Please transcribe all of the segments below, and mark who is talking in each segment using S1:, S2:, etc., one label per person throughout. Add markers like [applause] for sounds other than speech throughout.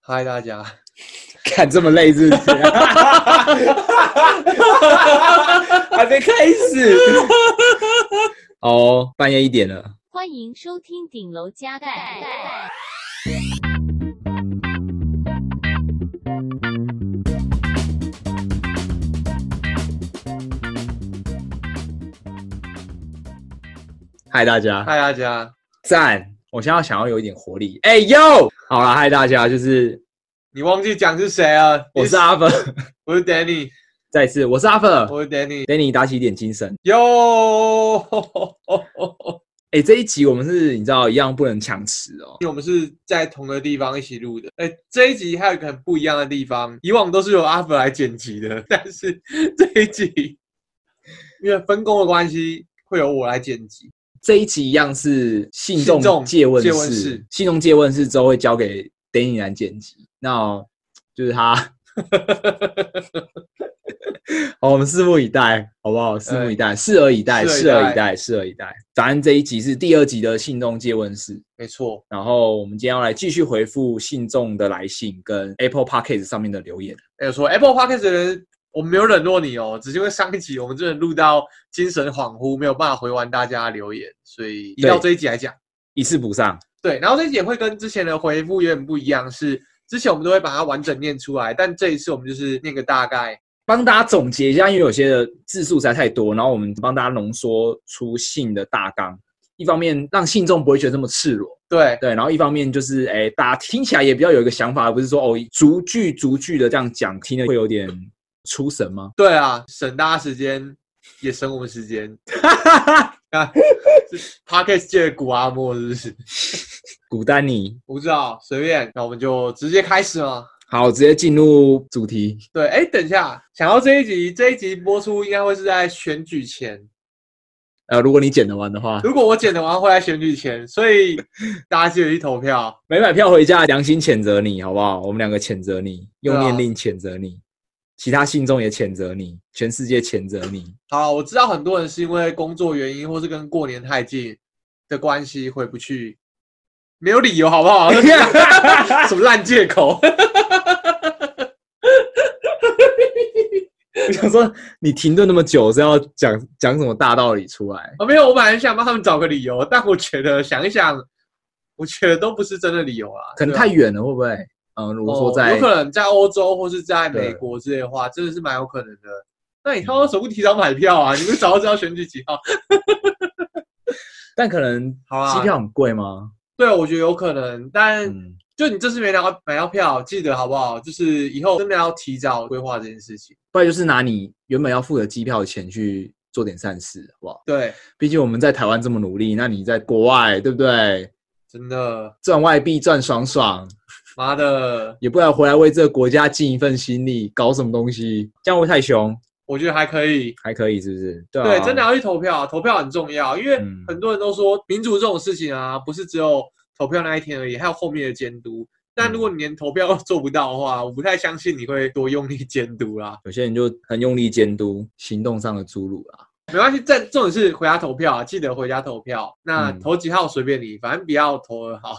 S1: 嗨，大家，
S2: [laughs] 看这么累是不是？还没开始。哦，半夜一点了。
S3: 欢迎收听顶楼加盖。
S2: 嗨大家，
S1: 嗨，大家，
S2: 赞！我现在想要有一点活力。哎呦，好啦，嗨大家，就是
S1: 你忘记讲是谁了？
S2: 我
S1: 你
S2: 是阿芬，
S1: 我是 Danny，
S2: [laughs] 再一次我是阿芬。
S1: 我是 Danny。
S2: Danny 打起一点精神。
S1: 哟，
S2: 哎、这一集我们是你知道一样不能强词哦。
S1: 我们是 [laughs] 在同个地方一起录的。哎，这一集还有一个很不一样的地方，以往都是由阿粉来剪辑的，但是 [laughs] 这一集因为分工的关系，会由我来剪辑。 [laughs]
S2: 这一集一样是信
S1: 信众
S2: 众借问
S1: 借问
S2: 室
S1: 室，
S2: 信众借问室之后会交给 Danny 来剪辑。那、就是他，好，哦我们拭目以待，好不好？拭目以待，拭而以待，
S1: 拭
S2: 拭
S1: 而
S2: 而
S1: 以
S2: 以
S1: 待
S2: 待，拭而以待。反正这一集是第二集的信众借问室，
S1: 没错，
S2: 然后我们今天要来继续回复信众的来信跟 Apple Podcast 上面的留言。
S1: 哎还有说 Apple Podcast 的人。我们没有冷落你哦，只是因为上一集我们真的录到精神恍惚，没有办法回完大家的留言，所以移到这
S2: 对
S1: 一集来讲。
S2: 一次补上，
S1: 对，然后这一集也会跟之前的回复有点不一样，是之前我们都会把它完整念出来，但这一次我们就是念个大概。
S2: 帮大家总结一下，因为有些的字数实在太多，然后我们帮大家浓缩出信的大纲。一方面让信众不会觉得这么赤裸，
S1: 对，
S2: 对，然后一方面就是，哎，大家听起来也比较有一个想法，而不是说哦，逐句逐句的这样讲，听了会有点出神吗？
S1: 对啊，省大家时间，也省我们时间。 [laughs] 啊 p o d c a s t 界的古阿莫是不是？
S2: 古丹尼，
S1: 不知道，随便。那我们就直接开始嘛。
S2: 好，直接进入主题。
S1: 对，哎，等一下，想要这一集，这一集播出应该会是在选举前。
S2: 呃，如果你剪得完的话，
S1: 如果我剪的完会在选举前，所以大家记得去投票。
S2: 没买票回家，良心谴责你，好不好？我们两个谴责你，用
S1: 对啊
S2: 念令谴责你，其他信众也谴责你，全世界谴责你。 [laughs]
S1: 好，我知道很多人是因为工作原因，或是跟过年太近的关系回不去，没有理由，好不
S2: [laughs]
S1: 好？什么烂借口？ [laughs]
S2: 我想说，你停顿那么久是要讲讲什么大道理出来？
S1: 哦，没有，我本来想帮他们找个理由，但我觉得想一想，我觉得都不是真的理由啊，
S2: 可能
S1: 对吧
S2: 太远了，会不会？嗯，如果说
S1: 哦
S2: 在、
S1: 有可能在欧洲或是在美
S2: 对
S1: 国之类的话，真的是蛮有可能的。那你他妈什么不提早买票啊？你们早就知道选举几号？
S2: 但可能
S1: 好啊
S2: 机票很贵吗？
S1: 对，我觉得有可能，但
S2: 嗯，
S1: 就你这次没拿到买到票，记得好不好？就是以后真的要提早规划这件事情。
S2: 不然就是拿你原本要付的机票的钱去做点善事，好不好？
S1: 对，
S2: 毕竟我们在台湾这么努力，那你在国外对不对？
S1: 真的，
S2: 赚外币赚爽爽，
S1: 妈的，
S2: 也不然回来为这个国家尽一份心力，搞什么东西？这样会不会太凶，
S1: 我觉得还可以。
S2: 还可以是不是？对啊，
S1: 对，真的要去投票，投票很重要，因为
S2: 嗯
S1: 很多人都说民主这种事情啊，不是只有投票那一天而已，还有后面的监督。
S2: 嗯
S1: 但如果你连投票都做不到的话，我不太相信你会多用力监督啦。
S2: 有些人就很用力监督行动上的侏儒啦。
S1: 没关系，这重点是回家投票啊，记得回家投票。那
S2: 嗯
S1: 投几号随便你，反正不要投二号。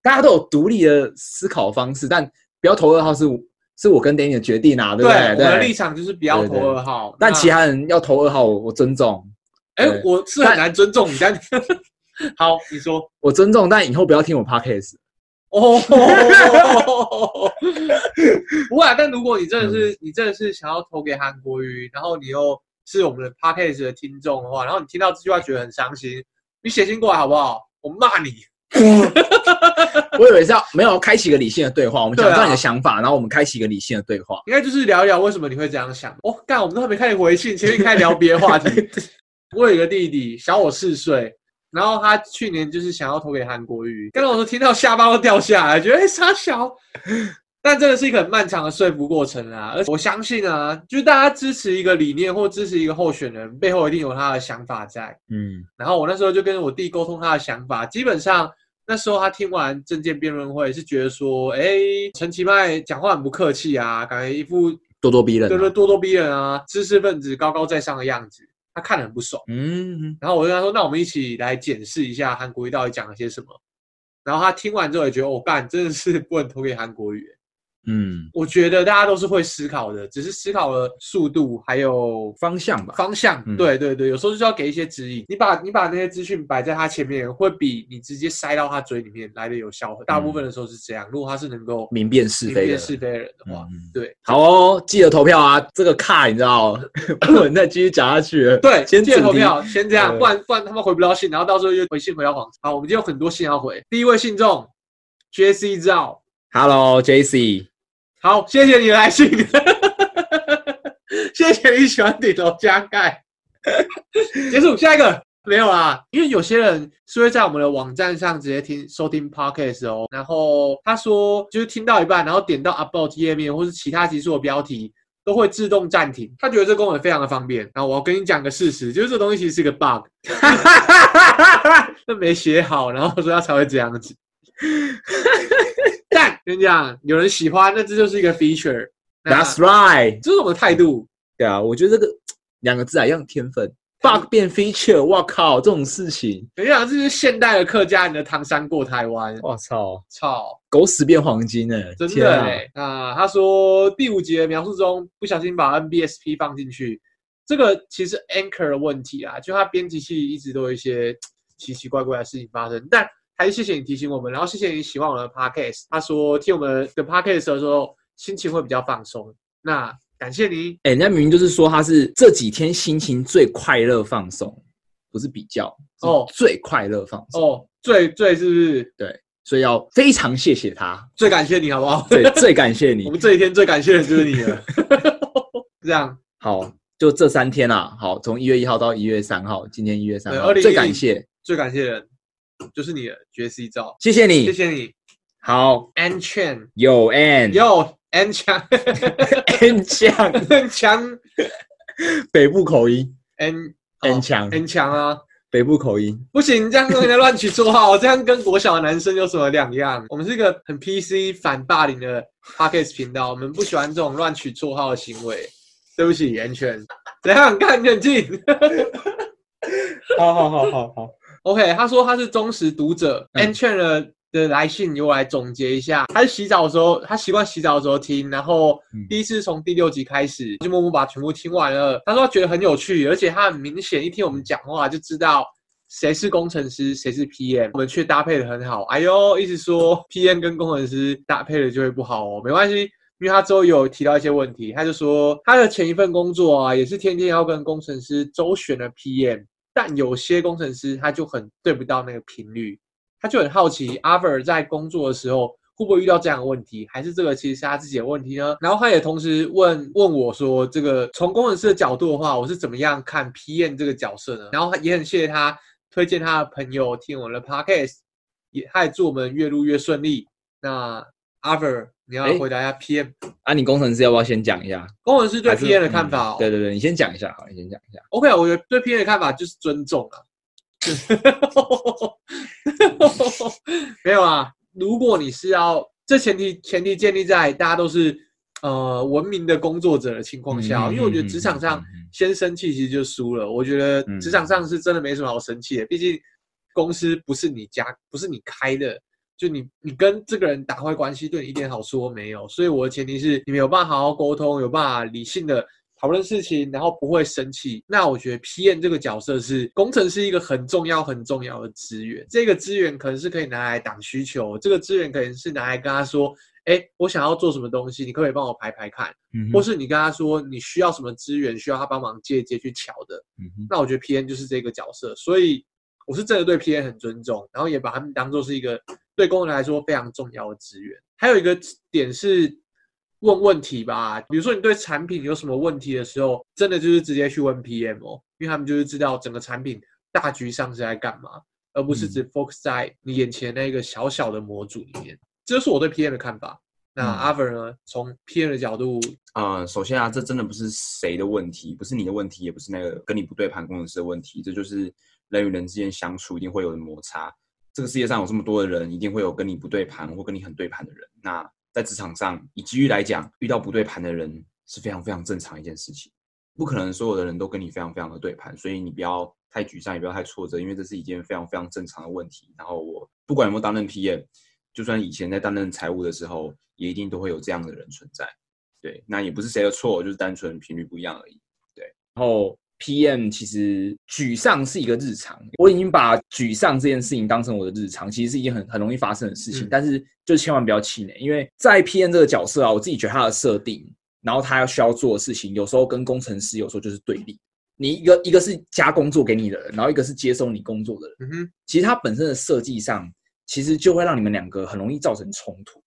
S2: 大家都有独立的思考方式，但不要投二号是我是我跟 Danny 的决定啊，对不对？
S1: 我的立
S2: 对。
S1: 场啊就是不要
S2: 对对
S1: 投二号。
S2: 但
S1: 那
S2: 其他人要投二号，我我尊重，
S1: 哎、
S2: 对
S1: 我是很难尊重你，但好，你说。
S2: 我尊重，但以后不要听我 podcast。
S1: 哦，不会啊！但如果你真的是、你真的是想要投给韩国瑜，然后你又是我们的 podcast 的听众的话，然后你听到这句话觉得很伤心，你写信过来好不好？我骂你。
S2: 我以为是要没有开启一个理性的对话，我们
S1: 对
S2: 想
S1: 啊
S2: 知道你的想法，然后我们开启一个理性的对话。
S1: 应该就是聊一聊为什么你会这样想。哦，干，我们都还没开始回信，前面开始聊别的话题。我有一个弟弟，小我四岁，然后他去年就是想要投给韩国瑜，刚刚我说听到下巴都掉下来，觉得哎傻小。但真的是一个很漫长的说服过程啊，而且我相信啊，就是大家支持一个理念或支持一个候选人，背后一定有他的想法在。
S2: 嗯，
S1: 然后我那时候就跟我弟沟通他的想法，基本上那时候他听完政见辩论会是觉得说，哎，陈其迈讲话很不客气啊，感觉一副
S2: 咄咄逼人、
S1: 对对
S2: 啊。
S1: 咄咄逼人啊，知识分子高高在上的样子，他看得很不爽。
S2: 嗯，
S1: 然后我就跟他说，那我们一起来检视一下韩国瑜到底讲了些什么。然后他听完之后也觉得，我、哦干，真的是 [laughs] 不能投给韩国语。
S2: 嗯，
S1: 我觉得大家都是会思考的，只是思考的速度还有
S2: 方向吧。
S1: 方向。
S2: 嗯
S1: 对对对，有时候就是要给一些指引。你把你把那些资讯摆在他前面，会比你直接塞到他嘴里面来的有效。大部分的时候是这样。如果他是能够
S2: 嗯明辨是
S1: 明
S2: 非的
S1: 辨是非的人的话，
S2: 嗯
S1: 对
S2: 好哦，记得投票啊！这个卡你知道，
S1: [coughs]
S2: 不能再继续讲下去了。
S1: 对，
S2: 先
S1: 记得
S2: 止
S1: 投
S2: 跌
S1: 票，先这样，
S2: 对
S1: 不然不然他们回不了信，然后到时候又回信回到黄。好，我们今天有很多信要回。第一位信众 J C 赵，
S2: Hello JC，
S1: 好，谢谢你来信， [laughs] 谢谢你喜欢顶楼加盖。结束，下一个没有啦，因为有些人是会在我们的网站上直接听收听 podcast 哦。然后他说，就是听到一半，然后点到 about 页面或是其他集数的标题。都会自动暂停，他觉得这功能非常的方便。然后我要跟你讲个事实，就是这东西其实是个 bug，那没写好，然后所以他才会这样子。 [laughs] 但跟你讲，有人喜欢，那这就是一个 feature。那
S2: That's right。
S1: 这是我的态度。
S2: 对啊，我觉得这个两个字啊，一样天
S1: 嗯
S2: 分。bug 变 feature，哇靠，这种事情，
S1: 等一下，这就是现代的客家人的唐山过台湾，
S2: 哇操，
S1: 操，
S2: 狗屎变黄金哎、欸，
S1: 真
S2: 天
S1: 的
S2: 啊
S1: 欸那他说第五集的描述中不小心把 NBSP 放进去，这个其实 Anchor 的问题啊，就它编辑器一直都有一些奇奇怪怪的事情发生，但还是谢谢你提醒我们，然后谢谢你喜欢我们的 Podcast。他说听我们的 Podcast 的时候心情会比较放松，那感谢你。
S2: 哎、人家明明就是说他是这几天心情最快乐放松，不是比较
S1: 哦
S2: 哦，是最快乐放松，
S1: 哦，最最是不是
S2: 所以要非常谢谢他，
S1: 最感谢你好不好？
S2: 对，最感谢你
S1: 我。们这一天最感谢的就是你
S2: [laughs]
S1: 了。这样，
S2: 好，就这三天啊，好，从一月一号到一月三号，今天一月三
S1: 对
S2: 号，
S1: 2010
S2: 最感谢，
S1: 最感谢的人就是你了，绝世一照，
S2: 谢谢你，
S1: 谢谢你
S2: 好，
S1: ，An Chan，
S2: 有 N [laughs]
S1: 哟，An Chan，An
S2: N 强
S1: [laughs] Chan
S2: 北部口音
S1: An
S2: ，N 强
S1: An 哦强啊，
S2: 北部口音，
S1: 不行，这样跟人家乱取绰号，这样跟国小的男生有什么两样？我们是一个很 PC 反霸凌的 Podcast 频道，我们不喜欢这种乱取绰号的行为。对不起，安全，怎样？看你很近。
S2: [laughs] 好好好好好，
S1: OK，他说他是忠实读者。
S2: 嗯
S1: N 劝的的来信由我来总结一下，他是洗澡的时候，他习惯洗澡的时候听，然后
S2: 嗯
S1: 第一次从第六集开始就默默把全部听完了。他说他觉得很有趣，而且他很明显一听我们讲话就知道。谁是工程师，谁是 PM，我们却搭配的很好。哎呦，一直说 PM 跟工程师搭配的就会不好哦，没关系，因为他之后有提到一些问题，他就说他的前一份工作啊，也是天天要跟工程师周旋的 PM，但有些工程师他就很对不到那个频率，他就很好奇阿尔在工作的时候会不会遇到这样的问题，还是这个其实是他自己的问题呢？然后他也同时问问我说，这个从工程师的角度的话，我是怎么样看 PM 这个角色呢？然后他也很谢谢他推荐他的朋友听我们的 podcast，也他也祝我们越录越顺利。那阿尔，你要
S2: 诶
S1: 回答一下 PM
S2: 啊，你工程师要不要先讲一下？
S1: 工程师对
S2: 还是
S1: PM 的看法、哦
S2: 嗯对对对，你先讲一下，好，你先讲一下。
S1: OK，我觉得对 PM 的看法就是尊重啊。 [laughs] 没有啊，如果你是要这前提前提建立在大家都是呃文明的工作者的情况
S2: 嗯
S1: 下哦，因为我觉得职场上先生气其实就输了。我觉得职场上是真的没什么好生气的，毕竟公司不是你家，不是你开的，就你你跟这个人打坏关系，对你一点好处都没有。所以我的前提是你们有办法好好沟通，有办法理性的讨论事情，然后不会生气。那我觉得 PM 这个角色是工程是一个很重要很重要的资源，这个资源可能是可以拿来挡需求，这个资源可能是拿来跟他说。哎，我想要做什么东西，你可不可以帮我排排看？
S2: 嗯哼
S1: 或是你跟他说你需要什么资源，需要他帮忙借接去瞧的，
S2: 嗯哼
S1: 那我觉得 PN 就是这个角色，所以我是真的对 PN 很尊重，然后也把他们当做是一个对工人来说非常重要的资源。还有一个点是问问题吧，比如说你对产品有什么问题的时候，真的就是直接去问 PM 哦，因为他们就是知道整个产品大局上是在干嘛，而不是只 focus 在你眼前那个小小的模组里面。这就是我对 PM 的看法。那
S4: 嗯
S1: a v e r 呢？从 PM 的角度
S4: 呃，首先啊，这真的不是谁的问题，不是你的问题，也不是那个跟你不对盘工程师的问题，这就是人与人之间相处一定会有的摩擦。这个世界上有这么多的人，一定会有跟你不对盘或跟你很对盘的人。那在职场上，以机遇来讲，遇到不对盘的人是非常非常正常一件事情，不可能所有的人都跟你非常非常的对盘，所以你不要太沮丧，也不要太挫折，因为这是一件非常非常正常的问题。然后我不管有没有担任 PM，就算以前在担任财务的时候，也一定都会有这样的人存在。对，那也不是谁的错，就是单纯频率不一样而已。
S2: 然后 PM 其实沮丧是一个日常，我已经把沮丧这件事情当成我的日常，其实是一件很很容易发生的事情。
S1: 嗯
S2: 但是就千万不要气馁，因为在 PM 这个角色啊，我自己觉得他的设定，然后他要需要做的事情，有时候跟工程师有时候就是对立。你一个一个是加工作给你的人，然后一个是接收你工作的人，
S1: 嗯哼，
S2: 其实它本身的设计上，其实就会让你们两个很容易造成冲突。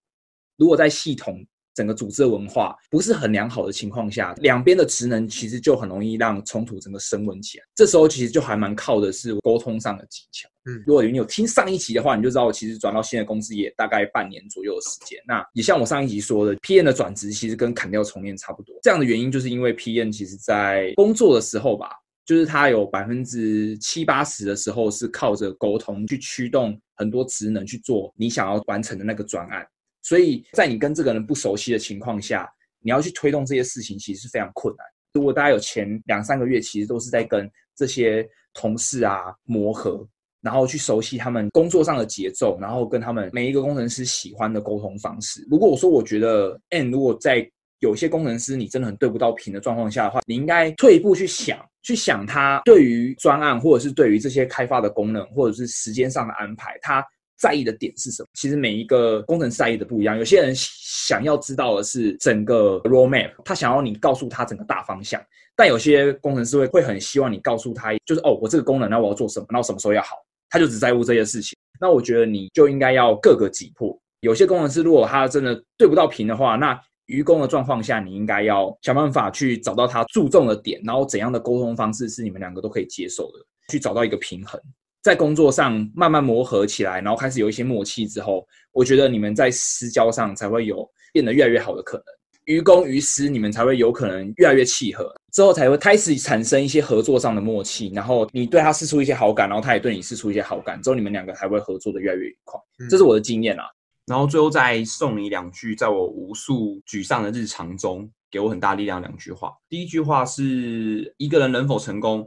S2: 如果在系统整个组织的文化不是很良好的情况下，两边的职能其实就很容易让冲突整个升温起来。这时候其实就还蛮靠的是沟通上的技巧。
S1: 嗯
S2: 如果你有听上一集的话，你就知道我其实转到新的公司也大概半年左右的时间。那也像我上一集说的，PM 的转职其实跟砍掉重练差不多。这样的原因就是因为 PM 其实在工作的时候吧，就是他有百分之七八十的时候是靠着沟通去驱动很多职能去做你想要完成的那个专案，所以在你跟这个人不熟悉的情况下，你要去推动这些事情其实是非常困难。如果大家有前两三个月，其实都是在跟这些同事啊磨合，然后去熟悉他们工作上的节奏，然后跟他们每一个工程师喜欢的沟通方式。如果我说我觉得 N 如果在有些工程师你真的很对不到频的状况下的话，你应该退一步去想，去想他对于专案或者是对于这些开发的功能或者是时间上的安排，他在意的点是什么？其实每一个工程师在意的不一样，有些人想要知道的是整个 roadmap，他想要你告诉他整个大方向，但有些工程师会会很希望你告诉他，就是哦，我这个功能，那我要做什么，那我什么时候要好，他就只在乎这些事情。那我觉得你就应该要各个击破。有些工程师如果他真的对不到频的话，那愚公的状况下，你应该要想办法去找到他注重的点，然后怎样的沟通方式是你们两个都可以接受的，去找到一个平衡。在工作上慢慢磨合起来，然后开始有一些默契之后，我觉得你们在私交上才会有变得越来越好的可能。于公于私，你们才会有可能越来越契合，之后才会开始产生一些合作上的默契。然后你对他试出一些好感，然后他也对你试出一些好感，之后你们两个才会合作的越来越愉快。
S1: 嗯
S2: 这是我的经验啊。
S4: 然后最后再送你两句，在我无数沮丧的日常中，给我很大力量的两句话。第一句话是一个人能否成功，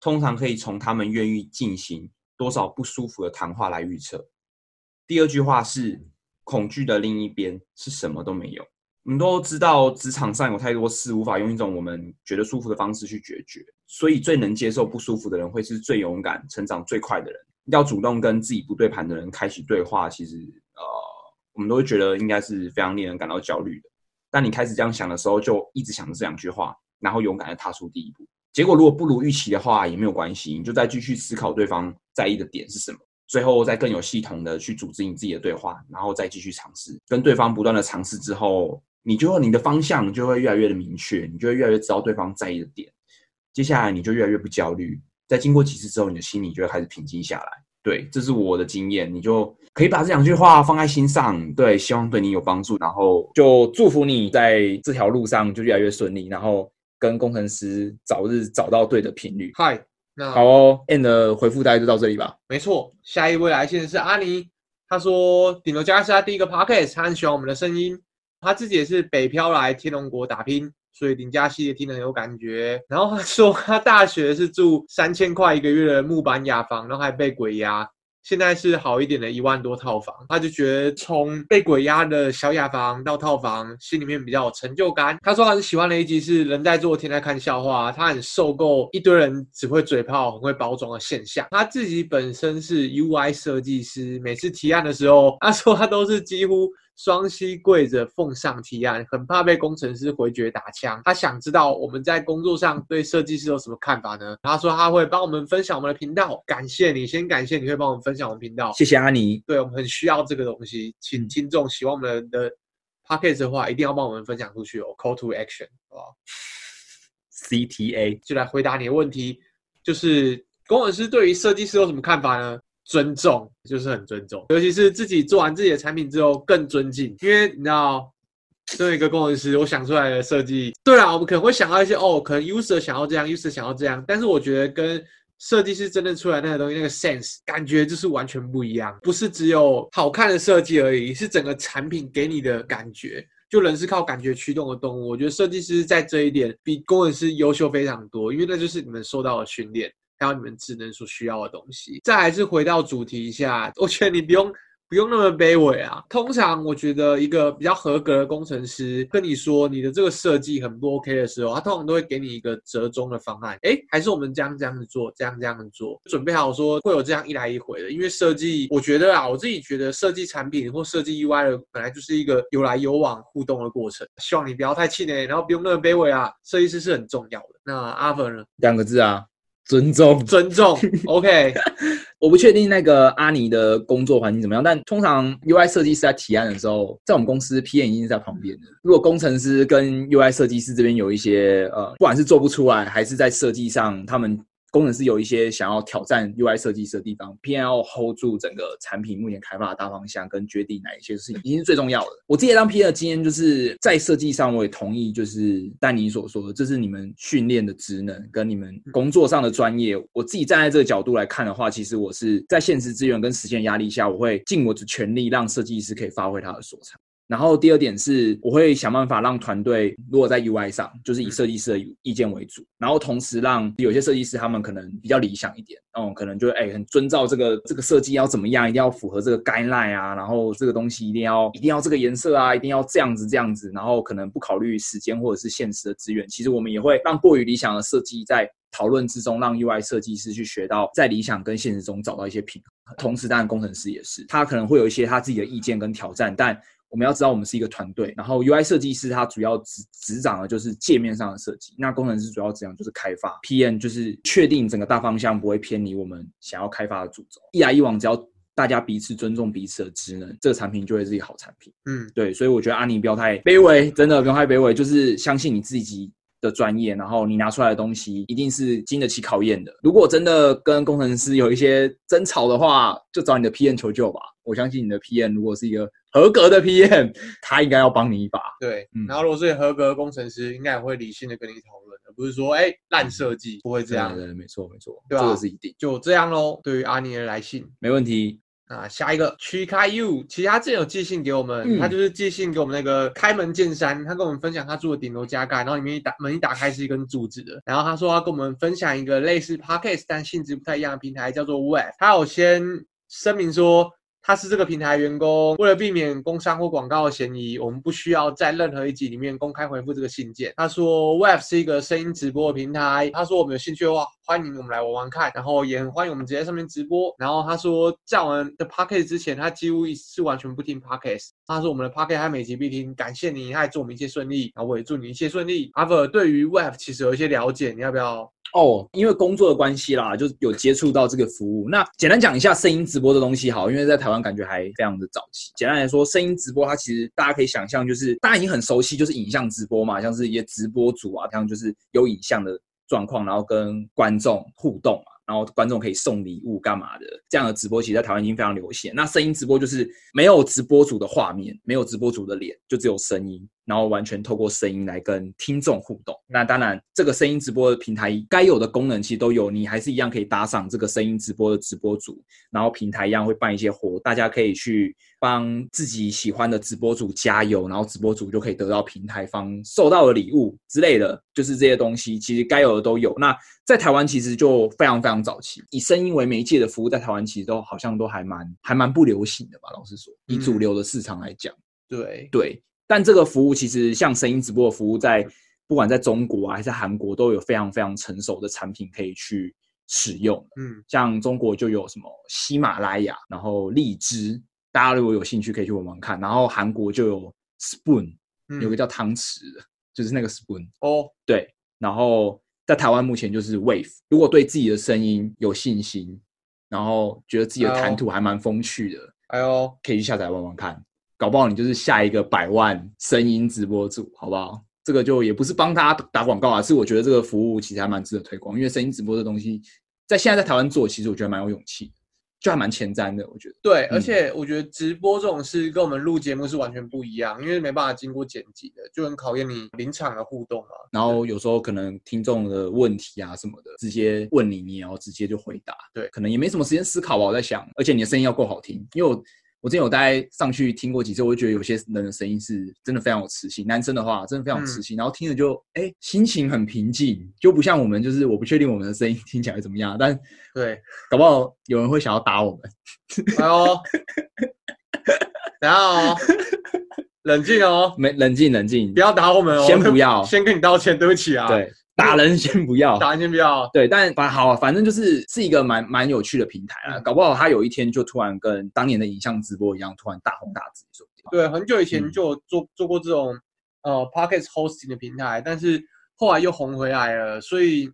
S4: 通常可以从他们愿意进行多少不舒服的谈话来预测。第二句话是恐惧的另一边是什么都没有。我们都知道，职场上有太多事无法用一种我们觉得舒服的方式去解决，所以最能接受不舒服的人，会是最勇敢、成长最快的人。要主动跟自己不对盘的人开启对话，其实呃，我们都会觉得应该是非常令人感到焦虑的。但你开始这样想的时候，就一直想着这两句话，然后勇敢的踏出第一步。结果如果不如预期的话，也没有关系，你就再继续思考对方在意的点是什么。最后再更有系统的去组织你自己的对话，然后再继续尝试，跟对方不断的尝试之后，你就你的方向就会越来越的明确，你就会越来越知道对方在意的点，接下来你就越来越不焦虑，在经过几次之后，你的心里就会开始平静下来。对，这是我的经验，你就可以把这两句话放在心上，对，希望对你有帮助。然后
S2: 就祝福你在这条路上就越来越顺利，然后跟工程师早日找到对的频率。
S1: 嗨，那
S2: 好哦，and 的回复大概就到这里吧。
S1: 没错，下一位来信的是阿尼，他说顶楼加是他第一个 podcast，他很喜欢我们的声音，他自己也是北漂来天龙国打拼，所以顶加系列听得很有感觉。然后他说他大学是住三千块一个月的木板雅房，然后还被鬼压。现在是好一点的一万多套房，他就觉得从被鬼压的小雅房到套房，心里面比较有成就感。他说他很喜欢的一集是人在做天在看笑话，他很受够一堆人只会嘴炮、很会包装的现象。他自己本身是 UI 设计师，每次提案的时候，他说他都是几乎。双膝跪着奉上提案，很怕被工程师回绝打枪。他想知道我们在工作上对设计师有什么看法呢？他说他会帮我们分享我们的频道，感谢你，先感谢你会帮我们分享我们频道，
S2: 谢谢嗯阿尼，
S1: 对我们很需要这个东西，请听众喜欢我们的的 podcast 的话，一定要帮我们分享出去哦。Call to action，好不好？
S2: CTA
S1: 就来回答你的问题，就是工程师对于设计师有什么看法呢？尊重，就是很尊重，尤其是自己做完自己的产品之后更尊敬，因为你知道，作为一个工程师，我想出来的设计，对啦，我们可能会想到一些哦，可能 user 想要这样，user 想要这样，但是我觉得跟设计师真正出来那个东西，那个 sense 感觉就是完全不一样，不是只有好看的设计而已，是整个产品给你的感觉。就人是靠感觉驱动的动物，我觉得设计师在这一点比工程师优秀非常多，因为那就是你们受到的训练。还有你们职能所需要的东西。再还是回到主题一下，我觉得你不用不用那么卑微啊。通常我觉得一个比较合格的工程师跟你说你的这个设计很不 OK 的时候，他通常都会给你一个折中的方案。诶，还是我们这样这样子做，这样这样子做，准备好说会有这样一来一回的。因为设计，我觉得啊，我自己觉得设计产品或设计 UI 的本来就是一个有来有往互动的过程。希望你不要太气馁，然后不用那么卑微啊。设计师是很重要的。那阿文呢？
S2: 两个字啊，尊重。
S1: 尊重，OK，
S2: 我不确定那个阿尼的工作环境怎么样，但通常 UI 设计师在提案的时候，在我们公司 PM 已经是在旁边的。如果工程师跟 UI 设计师这边有一些呃，不管是做不出来，还是在设计上，他们工程师有一些想要挑战 UI 设计师的地方，PM 要 hold 住整个产品目前开发的大方向，跟决定哪一些事情已经是最重要的。我自己当 PM 的经验就是在设计上，我也同意就是丹尼所说的，这是你们训练的职能跟你们工作上的专业。我自己站在这个角度来看的话，其实我是在现实资源跟时间压力下，我会尽我的全力让设计师可以发挥他的所长。然后第二点是，我会想办法让团队如果在 UI 上，就是以设计师的意见为主，然后同时让有些设计师他们可能比较理想一点，嗯，可能就哎、很遵照这个这个设计要怎么样，一定要符合这个 guideline 啊，然后这个东西一定要一定要这个颜色啊，一定要这样子这样子，然后可能不考虑时间或者是现实的资源。其实我们也会让过于理想的设计在讨论之中，让 UI 设计师去学到在理想跟现实中找到一些平衡。同时，当然工程师也是，他可能会有一些他自己的意见跟挑战，但我们要知道我们是一个团队。然后 UI 设计师他主要执执掌的就是界面上的设计，那工程师主要执掌就是开发，PM 就是确定整个大方向不会偏离我们想要开发的主轴。一来一往，只要大家彼此尊重彼此的职能，这个产品就会是一个好产品。
S1: 嗯，
S2: 对，所以我觉得阿尼不要太卑微，真的不用太卑微，就是相信你自己的专业，然后你拿出来的东西一定是经得起考验的。如果真的跟工程师有一些争吵的话，就找你的 PM 求救吧。我相信你的 PM 如果是一个合格的 PM，他应该要帮你一把。
S1: 对
S2: 嗯。
S1: 然后如果是合格的工程师，应该也会理性的跟你讨论，而不是说，哎，烂设计，不会这样
S2: 嗯对，，对对没错没错，
S1: 对啊
S2: 这个是一定，
S1: 就这样喽。对于阿尼的来信，
S2: 没问题。
S1: 啊，下一个 Chika U，其实他之前有寄信给我们，
S2: 嗯
S1: 他就是寄信给我们那个开门见山，他跟我们分享他住的顶楼加盖，然后里面一打门一打开是一根柱子的，然后他说要跟我们分享一个类似 Podcast 但性质不太一样的平台，叫做 Web，他有先声明说。他是这个平台员工，为了避免工商或广告的嫌疑，我们不需要在任何一集里面公开回复这个信件。他说，Web 是一个声音直播的平台。他说，我们有兴趣的话，欢迎我们来玩玩看，然后也很欢迎我们直接在上面直播。然后他说，在我们的 p o c k e t 之前，他几乎是完全不听 p o c k e t 他说我们的 p o c k e t 他每集必听，感谢你，他也祝我们一切顺利，然后我也祝你一切顺利。阿 v 对于 Web 其实有一些了解，你要不要？
S2: 哦，因为工作的关系啦，就有接触到这个服务。那简单讲一下声音直播的东西好，因为在台湾感觉还非常的早期。简单来说，声音直播它其实大家可以想象，就是大家已经很熟悉，就是影像直播嘛，像是一些直播主啊，像就是有影像的状况，然后跟观众互动嘛，然后观众可以送礼物干嘛的，这样的直播其实在台湾已经非常流行。那声音直播就是没有直播主的画面，没有直播主的脸，就只有声音，然后完全透过声音来跟听众互动。那当然，这个声音直播的平台该有的功能其实都有，你还是一样可以搭上这个声音直播的直播主，然后平台一样会办一些活，大家可以去帮自己喜欢的直播主加油，然后直播主就可以得到平台方受到的礼物之类的，就是这些东西其实该有的都有。那在台湾其实就非常非常早期，以声音为媒介的服务在台湾其实都好像都还蛮还蛮不流行的吧，老实说，以主流的市场来讲。
S1: 对，
S2: 对，但这个服务其实像声音直播的服务在，不管在中国啊还是韩国，都有非常非常成熟的产品可以去使用。
S1: 嗯，
S2: 像中国就有什么喜马拉雅，然后荔枝，大家如果有兴趣可以去玩玩看。然后韩国就有 Spoon，
S1: 嗯
S2: 有个叫汤匙的，就是那个 Spoon。
S1: 哦，
S2: 对，然后在台湾目前就是 Wave。如果对自己的声音有信心，然后觉得自己的谈吐还蛮风趣的，
S1: 哎呦，
S2: 可以去下载玩玩看，搞不好你就是下一个百万声音直播主，好不好？这个就也不是帮大家打广告啊，是我觉得这个服务其实还蛮值得推广，因为声音直播这东西在现在在台湾做，其实我觉得蛮有勇气，就还蛮前瞻的，我觉得。
S1: 对，
S2: 嗯
S1: 而且我觉得直播这种事跟我们录节目是完全不一样，因为没办法经过剪辑的，就很考验你临场的互动嘛。啊
S2: 然后有时候可能听众的问题啊什么的，直接问你，你也要直接就回答。
S1: 对
S2: 啊可能也没什么时间思考吧，我在想，而且你的声音要够好听，因为我我之前有大概上去听过几次，我就觉得有些人的声音是真的非常有磁性，男生的话真的非常有
S1: 嗯
S2: 磁性，然后听着就哎、心情很平静，就不像我们就是我不确定我们的声音听起来怎么样，但
S1: 对，
S2: 搞不好有人会想要打我们。
S1: 哎呦，然后、哦、冷静哦，
S2: 没冷静冷静，
S1: 不要打我们哦，
S2: 先不
S1: [laughs]
S2: 要
S1: 先跟你道歉，对不起啊，，
S2: 对打人先不要，
S1: 打人先不要，
S2: 对，但反好，反正就是是一个蛮蛮有趣的平台啊，搞不好他有一天就突然跟当年的影像直播一样，突然大红大紫，说不定。
S1: 对，很久以前
S2: 嗯
S1: 就有做、做过这种呃 Pocket Hosting 的平台，但是后来又红回来了，所以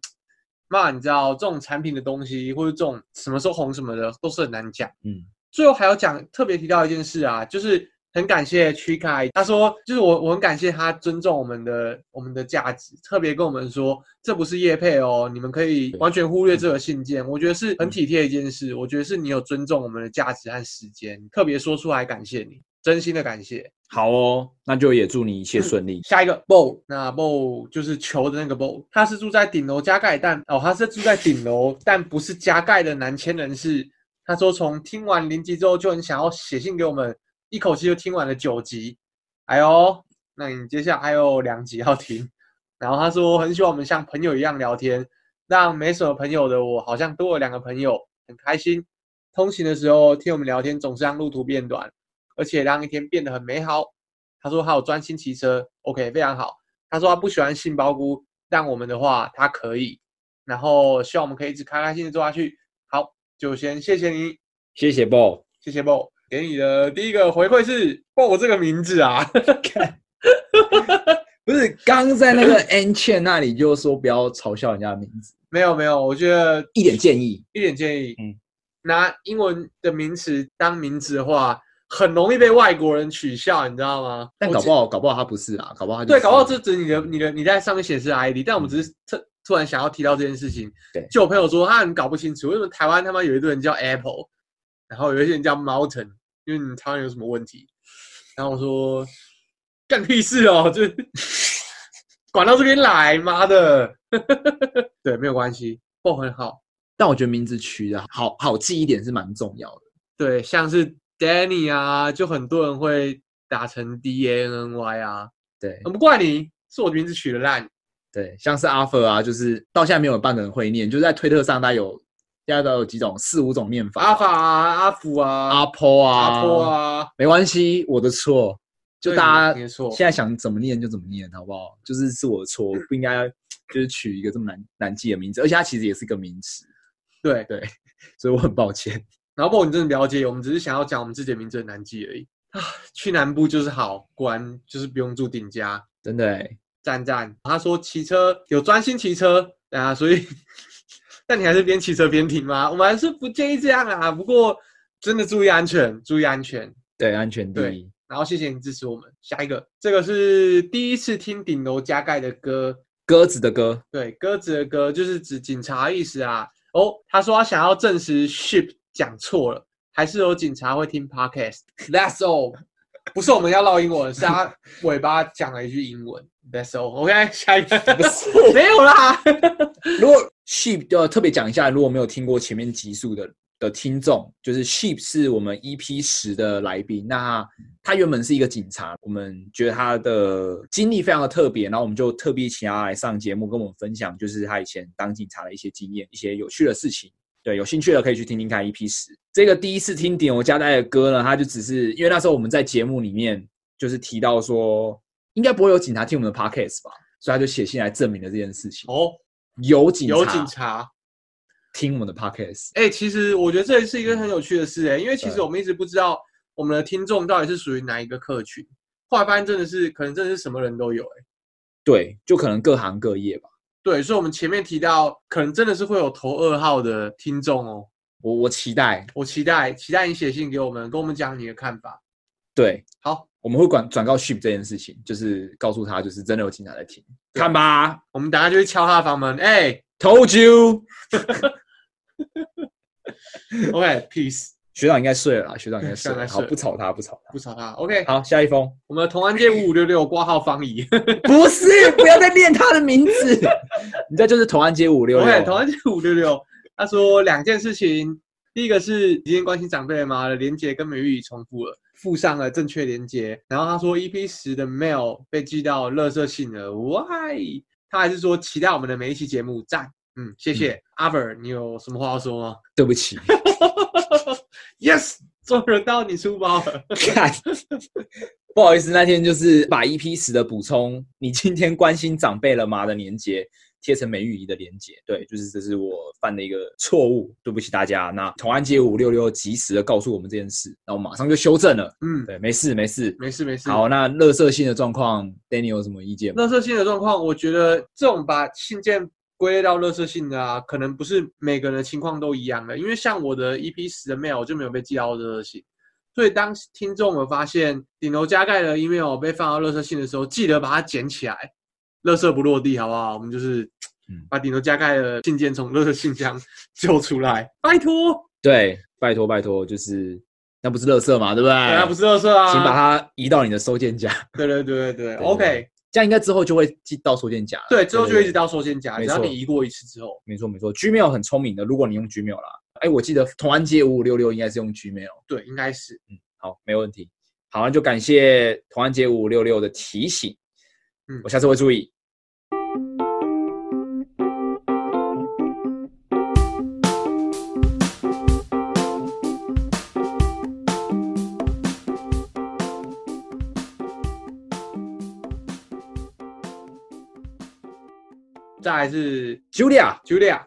S1: 嘛，你知道这种产品的东西或者这种什么时候红什么的都是很难讲。
S2: 嗯，
S1: 最后还要讲特别提到一件事啊，就是很感谢曲凯，他说就是我我很感谢他尊重我们的我们的价值，特别跟我们说这不是业配哦，你们可以完全忽
S2: 嗯
S1: 略这个信件，我觉得是很体贴的一件事，我觉得是你有尊重我们的价值和时间，特别说出来感谢你，真心的感谢。
S2: 好哦，那就也祝你一切顺利。
S1: 下一个 bow，那 bow 就是球的那个 bow，他是住在顶楼加盖，但哦，他是住在顶楼，但不是加盖的南千人士。他说从听完零集之后就很想要写信给我们，一口气就听完了九集。哎呦，那你接下来还有两集要听。然后他说很喜欢我们像朋友一样聊天，让没什么朋友的我好像多了两个朋友，很开心。通行的时候听我们聊天，总是让路途变短，而且让一天变得很美好。他说他有专心骑车，OK，非常好。他说他不喜欢杏鲍菇，但我们的话他可以。然后希望我们可以一直开开心心地做下去。好，就先谢谢你，
S5: 谢谢 Bo，
S1: 谢谢 Bo。给你的第一个回馈是 Bo 这个名字啊， [laughs]
S2: 不是刚在那个 N 倩那里就说不要嘲笑人家的名字，
S1: 没有没有，我觉得
S2: 一点建议。
S1: 一点建议，
S5: 嗯
S1: 拿英文的名词当名字的话，很容易被外国人取笑，你知道吗？
S2: 但
S1: 我
S2: 搞
S1: 记
S2: 不好，搞不好他不是啊，搞不好他就是
S1: 对，搞不好这只是你的、你的、你在上面显示的 ID，但我们只是特突然想要提到这件事情。
S5: 对
S1: 就我朋友说他很搞不清楚，为什么台湾他妈有一堆人叫 Apple，然后有一些人叫 Mountain，因为你们台湾有什么问题？然后我说干屁事哦，就是 [laughs] 管到这边来，妈的！ [laughs] 对，没有关系，不很好。
S2: 但我觉得名字取的好好记一点是蛮重要的。
S1: 对，像是 Danny 啊，就很多人会打成 D A N N Y 啊，
S2: 对
S1: 很不怪你，是我的名字取的烂。
S2: 对，像是 Alpha 啊，就是到现在没有半个人会念，就是在推特上大概有大概有几种四五种念法。
S1: 阿法啊，阿福啊，
S2: 阿婆啊，
S1: 阿波啊，
S2: 没关系，我的错，就
S1: 对
S2: 大
S1: 你
S2: 家
S1: 的错嗯
S2: 现在想怎么念就怎么念，好不好？就是是我的错，我不应该 [sniffs] 就是取一个这么难难记的名字，而且它其实也是个名词，
S1: 对。
S2: [laughs] 所以我很抱歉。
S1: 然后不过你真的了解，我们只是想要讲我们自己的名字很难记而已 [laughs] 啊。去南部就是好，果然就是不用住顶家，
S2: 真的欸，
S1: 赞赞。他说骑车有专心骑车啊，所以， [laughs] 但你还是边骑车边听吗？我们还是不建议这样啊，不过真的注意安全，注意安全。
S2: 对，安全第一。
S1: 然后谢谢你支持我们。下一个，这个是第一次听顶楼加盖的歌，
S2: 鸽子的鸽，
S1: 对，鸽子的鸽就是指警察的意思啊。哦，他说他想要证实 ship 讲错了，还是有警察会听 podcast。That's all，不
S2: [laughs]
S1: 是我们要唠英文，是 [laughs] 他尾巴讲了一句英文。That's all。OK，下一 [laughs] 个没有啦。
S2: [laughs] 如果 sheep 呃特别讲一下，如果没有听过前面集数的的听众，就是 sheep 是我们 EP 十的来宾，那他原本是一个警察，我们觉得他的经历非常的特别，然后我们就特别请他来上节目，跟我们分享就是他以前当警察的一些经验，一些有趣的事情。对，有兴趣的可以去听听看 EP 十。这个第一次听点我加带的歌呢，它就只是因为那时候我们在节目里面就是提到说，应该不会有警察听我们的 podcast 吧，所以他就写信来证明了这件事情。
S1: [laughs] 哦，
S2: 有警
S1: 有警察。
S2: 听我们的 podcast，
S1: 哎、其实我觉得这也是一个很有趣的事哎、因为其实
S2: 对
S1: 我们一直不知道我们的听众到底是属于哪一个客群，后来发现真的是可能真的是什么人都有哎、
S2: 对，就可能各行各业吧。
S1: 对，所以我们前面提到，可能真的是会有投二号的听众哦。
S2: 我我期待，
S1: 我期待期待你写信给我们，跟我们讲你的看法。
S2: 对，
S1: 好，
S2: 我们会管转告 ship 这件事情，就是告诉他，就是真的有警察在听，看吧
S1: 我们等下就去敲他的房门。哎、
S2: ，Told you，
S1: o k p e a c
S2: 学长应该睡了啦，学长应该
S1: 学
S2: 睡
S1: 长
S2: 了，
S1: 应该睡
S2: 好，
S1: 了
S2: 不吵他，不吵
S1: e 不吵他。OK，
S2: 他。好，下一封， [laughs]
S1: 我们的同安街五五六六挂号方怡。
S2: 不是，不要再念他的名字， [laughs] 你这就是同安街五六
S1: OK，同
S2: 六，
S1: 安街五六六，他说两件事情。第一个是今天关心长辈吗？的连接跟美玉重复了，附上了正确连接。然后他说 EP 十的 mail 被寄到垃圾信了，why？他还是说期待我们的每一期节目，赞。嗯，谢谢阿 v e r 你有什么话要说吗
S2: 对不起，
S1: ？Yes，终于轮到你出包了。
S2: 看， [laughs] 不好意思，那天就是把 EP 十的补充，你今天关心长辈了吗的连接贴成美玉仪的连接，对，就是这是我犯的一个错误，对不起大家。那同安街五六六及时的告诉我们这件事，然后马上就修正了，
S1: 嗯，
S2: 对，没事没事。
S1: 没事没事。
S2: 好，那乐色性的状况，Danny 有什么意见吗？
S1: 垃圾信的状况，我觉得这种把信件归类到垃圾信的啊，可能不是每个人的情况都一样的。因为像我的 EP 十的 mail 就没有被寄到垃圾信，所以当听众们发现顶楼加盖的 email 被放到垃圾信的时候，记得把它捡起来，垃圾不落地，好不好？我们就是
S2: 嗯
S1: 把顶楼加盖的信件从垃圾信箱 [laughs] 救出来，拜托，
S2: 对，拜托拜托，就是那不是乐色嘛，对不对？
S1: 本来不是垃圾啊，
S2: 请把它移到你的收件夹，
S1: 对对对对对
S2: 对
S1: o k
S2: 这样应该之后就会寄到收件夹了。
S1: 对，之后就一直
S2: 到。
S1: 到收件夹，
S2: 没
S1: 只要
S2: 错
S1: 你移过一次之后，
S2: 没错没错，Gmail 很聪明的，如果你用 Gmail 啦，哎，我记得同安街五五六六应该是用 Gmail，
S1: 对，应该是
S2: 好，没问题。好，那就感谢同安街五五六六的提醒，
S1: 嗯
S2: 我下次会注意。
S1: 再来是
S2: Julia，
S1: Julia，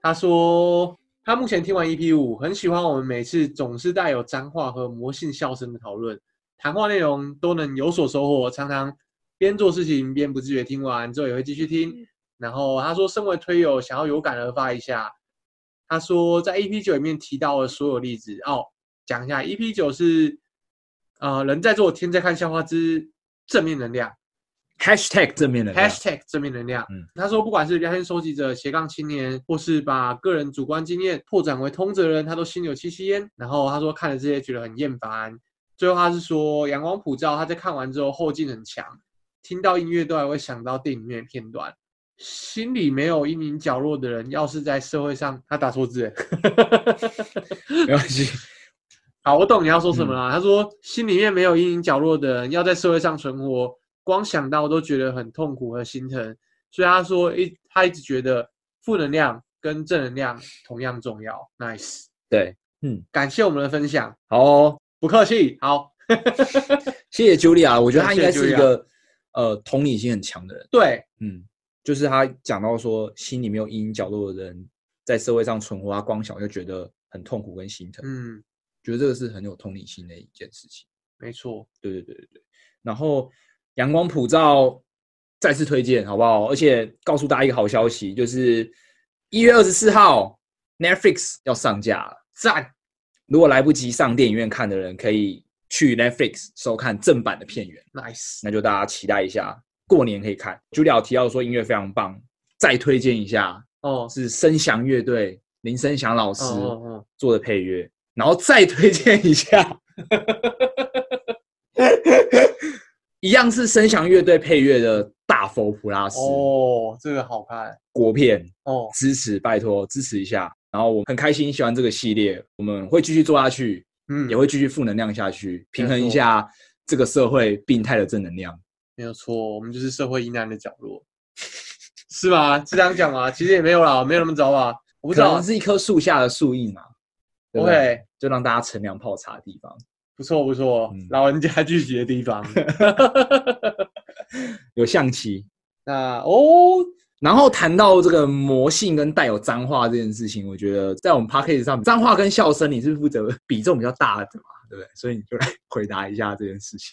S1: 她说她目前听完 EP 五，很喜欢我们每次总是带有脏话和魔性笑声的讨论，谈话内容都能有所收获，常常边做事情边不自觉听完之后也会继续听。然后她说，身为推友，想要有感而发一下。她说在 EP 九里面提到了所有例子哦，讲一下 EP 九是呃人在做天在看笑话之正面能量。
S2: #hashtag 正面的啊
S1: Hashtag 正面能量。
S2: 嗯
S1: 他说不管是聊天收集者、斜杠青年，或是把个人主观经验拓展为通则人，他都心有戚戚焉。然后他说看了这些觉得很厌烦。最后他是说阳光普照，他在看完之后后劲很强，听到音乐都还会想到电影院片段。心里没有阴影角落的人，要是在社会上，他打错字欸了。
S2: 没关系，
S1: 好，我懂你要说
S2: 嗯
S1: 什么了。他说，心里面没有阴影角落的人，要在社会上存活，光想到都觉得很痛苦和心疼。所以他说，一他一直觉得负能量跟正能量同样重要。Nice，
S2: 对，
S1: 感谢我们的分享，
S2: 好、哦，
S1: 不客气。好，
S2: 谢谢 Julia，我觉得她
S1: 感
S2: 应
S1: 谢
S2: 该是一个呃同理心很强的人，
S1: 对，
S2: 嗯，就是她讲到说心里没有阴影角落的人，在社会上存活，她光想就觉得很痛苦跟心疼，
S1: 嗯，
S2: 觉得这个是很有同理心的一件事情。
S1: 没错，
S2: 对对对对对。然后阳光普照再次推荐，好不好？而且告诉大家一个好消息，就是一月二十四号 Netflix 要上架了。
S1: 赞，
S2: 如果来不及上电影院看的人，可以去 Netflix 收看正版的片源，
S1: ，nice，
S2: 那就大家期待一下，过年可以看。Julia 有提到说音乐非常棒，再推荐一下
S1: 哦，
S2: 是声翔乐队林声祥老师
S1: 哦哦
S2: 做的配乐，然后再推荐一下，
S1: [laughs]
S2: 一样是声响乐队配乐的《大佛普拉斯》
S1: 哦，哦，这个好看，
S2: 国片，
S1: 哦，
S2: 支持拜托支持一下。然后我很开心喜欢这个系列，我们会继续做下去，
S1: 嗯，
S2: 也会继续负能量下去，平衡
S1: 没
S2: 一
S1: 错
S2: 下这个社会病态的正能量。
S1: 没有错，我们就是社会疑难的角落， [laughs] 是吗？是这样讲吗？其实也没有啦，没有那么糟吧，我不
S2: 不
S1: 知
S2: 可
S1: 道啊
S2: 能。是一棵树下的树荫嘛，对不对
S1: OK，
S2: 就让大家乘凉泡茶的地
S1: [laughs]
S2: 方。
S1: 不错不错，
S2: 嗯
S1: 老人家聚集的地
S2: [laughs]
S1: 方。
S2: 有象棋，
S1: 那哦， [laughs]
S2: 然后谈到这个魔性跟带有脏话这件事情，我觉得在我们 p a c k a g e 上，脏话跟笑声你是负责比重比较大的嘛，对不对？所以你就来 [laughs] 回答一下这件事情。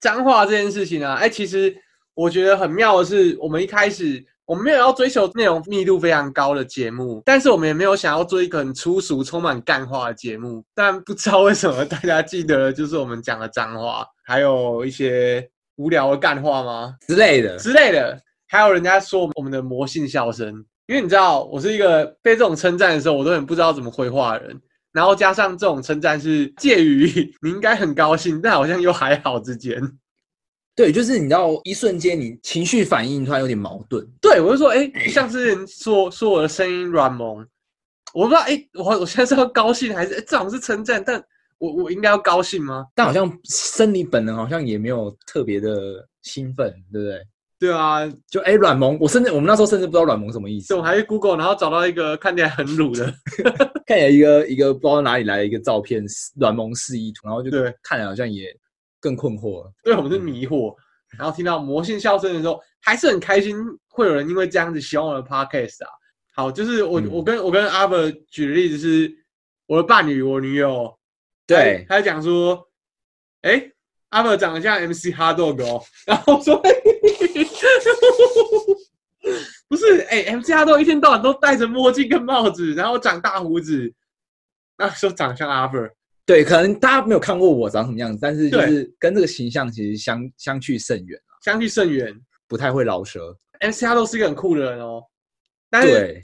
S1: 脏话这件事情啊，哎，其实我觉得很妙的是，我们一开始我们没有要追求内容密度非常高的节目，但是我们也没有想要做一个很粗俗、充满干话的节目。但不知道为什么大家记得，就是我们讲的脏话，还有一些无聊的干话吗？
S2: 之类的，
S1: 之类的，还有人家说我们的魔性笑声，因为你知道我是一个被这种称赞的时候，我都很不知道怎么回话的人。然后加上这种称赞是介于你应该很高兴，但好像又还好之间。
S2: 对，就是你知道，一瞬间你情绪反应突然有点矛盾，
S1: 对我就说，哎，像之前说说我的声音软萌，我不知道，哎、我我现在是要高兴还是、诶这好像是称赞，但我我应该要高兴吗？
S2: 但好像生理本能好像也没有特别的兴奋，对不对？
S1: 对啊，
S2: 就哎，软萌，我甚至我们那时候甚至不知道软萌什么意思
S1: 所以我，还去 Google，然后找到一个看起来很乳的，
S2: 看起来一个一个不知道哪里来的一个照片，软萌示意图，然后就
S1: 对
S2: 看来好像也更困惑了。
S1: 对我们是迷惑。然后听到魔性笑声的时候，还是很开心，会有人因为这样子喜欢我的 podcast 啊。好，就是我、
S2: 嗯
S1: 我跟我跟阿伯举的例子是，我的伴侣，我女友，
S2: 对
S1: 他，他就讲说，哎、阿伯长得像 MC Hard Dog 哦，然后我说， [laughs] 嘿嘿嘿嘿不是，哎、m c Hard Dog 一天到晚都戴着墨镜跟帽子，然后长大胡子，那说长得像阿伯，
S2: 对，可能大家没有看过我长什么样子，但是就
S1: 对
S2: 是跟这个形象其实相相去甚远，
S1: 相去甚远。
S2: 不太会饶舌。
S1: MC Hard Dog 是一个很酷的人哦，但是
S2: 对，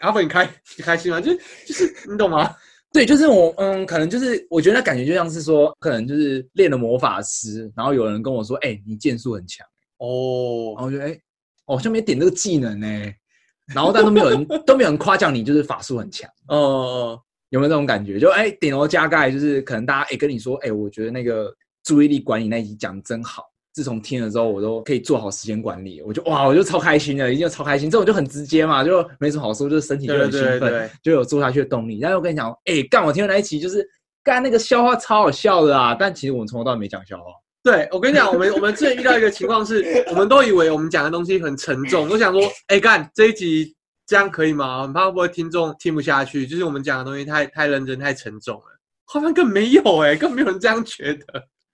S1: 阿伯你开你开心吗？啊就是就是你懂吗？
S2: 对，就是我，嗯，可能就是我觉得那感觉就像是说，可能就是练了魔法师，然后有人跟我说，哎、你剑术很强，然
S1: 哦，
S2: 后我觉得，哎、我好像没点这个技能呢、然后但都没有人都没有人夸奖你，就是法术很强，
S1: 哦，
S2: 有没有这种感觉？就哎、点头加盖，就是可能大家哎、跟你说，哎、我觉得那个注意力管理那一集讲得真好。自从听了之后，我都可以做好时间管理，我就哇，我就超开心的，一定要超开心。这种就很直接嘛，就没什么好说，就是身体就
S1: 对
S2: 很
S1: 对
S2: 兴
S1: 对对
S2: 奋，
S1: 对，
S2: 就有做下去的动力。但是我跟你讲，哎、干我听的那一期就是干那个笑话超好笑的啊，但其实我们从头到尾没讲笑话。
S1: 对，我跟你讲，我们我们之前遇到一个情况
S2: [laughs]
S1: 是，我们都以为我们讲的东西很沉重，我想说，哎、干这一集这样可以吗？很怕会不会听众听不下去，就是我们讲的东西太太认真、太沉重了。好像更没有哎、更没有人这样觉得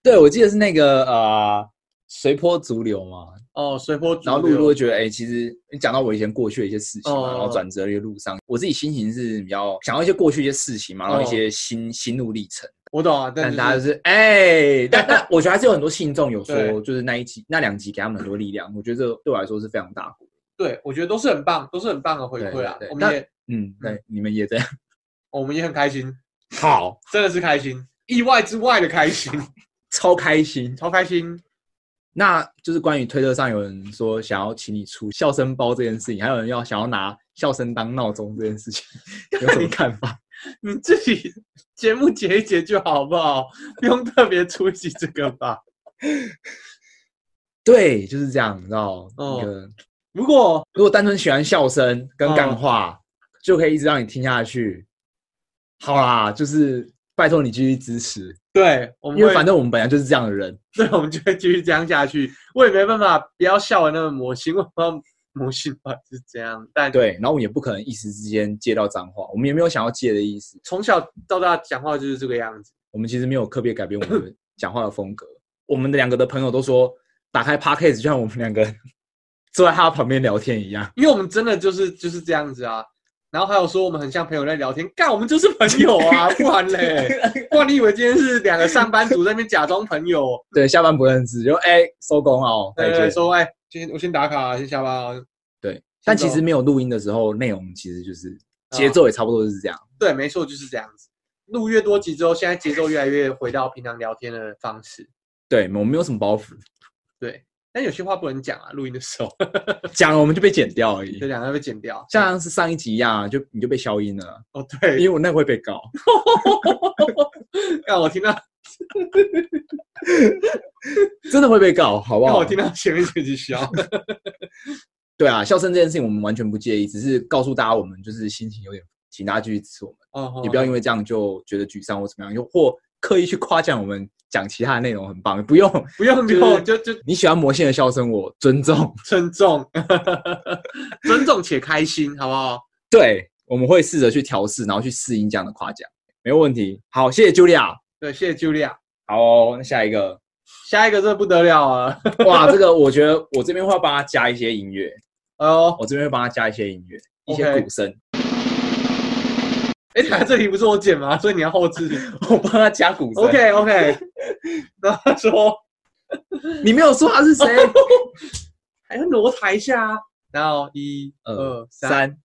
S2: 对，我记得是那个呃随波逐流嘛，
S1: 哦。随波逐
S2: 然后露
S1: 流，
S2: 露会觉得，哎、其实讲到我以前过去的一些事情嘛，
S1: 哦
S2: 然后转折的一个路上，我自己心情是比较想要一些过去一些事情嘛，然后一
S1: 哦
S2: 些心、心路历程。
S1: 我懂啊，但、就
S2: 但
S1: 是、
S2: 大家就是哎、但
S1: [laughs]
S2: 但我觉得还是有很多信众有说，
S1: 对
S2: 就是那一集那两集给他们很多力量，我觉得这对我来说是非常大嗯鼓。
S1: 对我觉得都是很棒，都是很棒的回馈啊
S2: 对对对。
S1: 我
S2: 那
S1: 们也
S2: 嗯，对，你们也
S1: [laughs]
S2: 这样。
S1: 我们也很开心，
S2: 好，
S1: 真的是开心，意外之外的开
S2: [laughs]
S1: 心，
S2: 超开心。
S1: 超开心。
S2: 那就是关于推特上有人说想要请你出笑声包这件事情，还有人要想要拿笑声当闹钟这件事情， [laughs]
S1: [laughs]
S2: 有什么看法？
S1: 你自己节目结一结就好，好不好？ [laughs] 不用特别出席这个吧。
S2: 对，就是这样，你知道、
S1: 哦
S2: 一个
S1: 如果
S2: 如果单纯喜欢笑声跟
S1: 哦
S2: 干话，就可以一直让你听下去。好啦，就是拜托你继续支持，
S1: 对，我们
S2: 因为
S1: 会
S2: 反正我们本来就是这样的人。
S1: 对，我们就会继续这样下去。我也没办法，不要笑的那么魔性，我不知道魔性吧是这样。但
S2: 对，然后我们也不可能一时之间借到脏话，我们也没有想要借的意思。
S1: 从小到大讲话就是这个样子。
S2: 我们其实没有特别改变我
S1: [laughs]
S2: 们的讲话的风格。我们的两个的朋友都说，打开 podcast 就像我们两个 [laughs] 坐在他旁边聊天一样。
S1: 因为我们真的就是就是这样子啊。然后还有说我们很像朋友在聊天，干我们就是朋友
S2: [laughs]
S1: 啊，不然嘞，不然你以为今天是两个上班族在那边假装朋友？
S2: 对，下班不认识，就哎、收工哦，再
S1: 对对，
S2: 见。
S1: 说哎，今天我先打卡，先下班啊。
S2: 对，但其实没有录音的时候，内容其实就是
S1: 嗯
S2: 节奏也差不多是这样。
S1: 对，没错，就是这样子。录越多集之后，现在节奏越来越回到平常聊天的方式。
S2: 对，我们没有什么包袱，
S1: 对，但有些话不能讲啊，录音的时候，
S2: 讲了我们就被剪掉
S1: [laughs]
S2: 而已
S1: 这。两个被剪掉。
S2: 像是上一集一样啊，就你就被消音了，
S1: 哦，
S2: 因
S1: 对，
S2: 为我那会被告。 [laughs]
S1: 让我听到，
S2: 真的会被告，好不
S1: 让
S2: 好
S1: 我？听到前面这句笑。
S2: 对啊，笑声这件事情我们完全不介意，只是告诉大家我们就是心情有点，请大家继续支持我们。
S1: [laughs] 哦，
S2: 你不要因为这样就觉得沮丧或怎么样，又或刻意去夸奖我们讲其他的内容很棒，不用。
S1: 不用不
S2: 就是
S1: 用，就就
S2: 你喜欢魔性的笑声，我尊重。
S1: 尊重， [laughs] 尊重且开心，好不好？
S2: 对，我们会试着去调试，然后去适应这样的夸奖，没有问题。好，谢谢 Julia。
S1: 对，谢谢 Julia。
S2: 好哦、那下一个，
S1: 下一个真的不得了啊！ [laughs]
S2: 哇，这个我觉得我这边会帮他加一些音乐，
S1: 哎呦，
S2: 我这边会帮他加一些音乐，一
S1: OK
S2: 些鼓声，
S1: 哎，等下这题不是我剪吗？所以你要后置。
S2: 我帮他加鼓声。
S1: OK OK，然 [laughs] 后他说
S2: 你没有说他
S1: [laughs]
S2: 是谁？
S1: 还要挪台下啊，然后一
S2: 二
S1: 二三，
S2: 嗯三，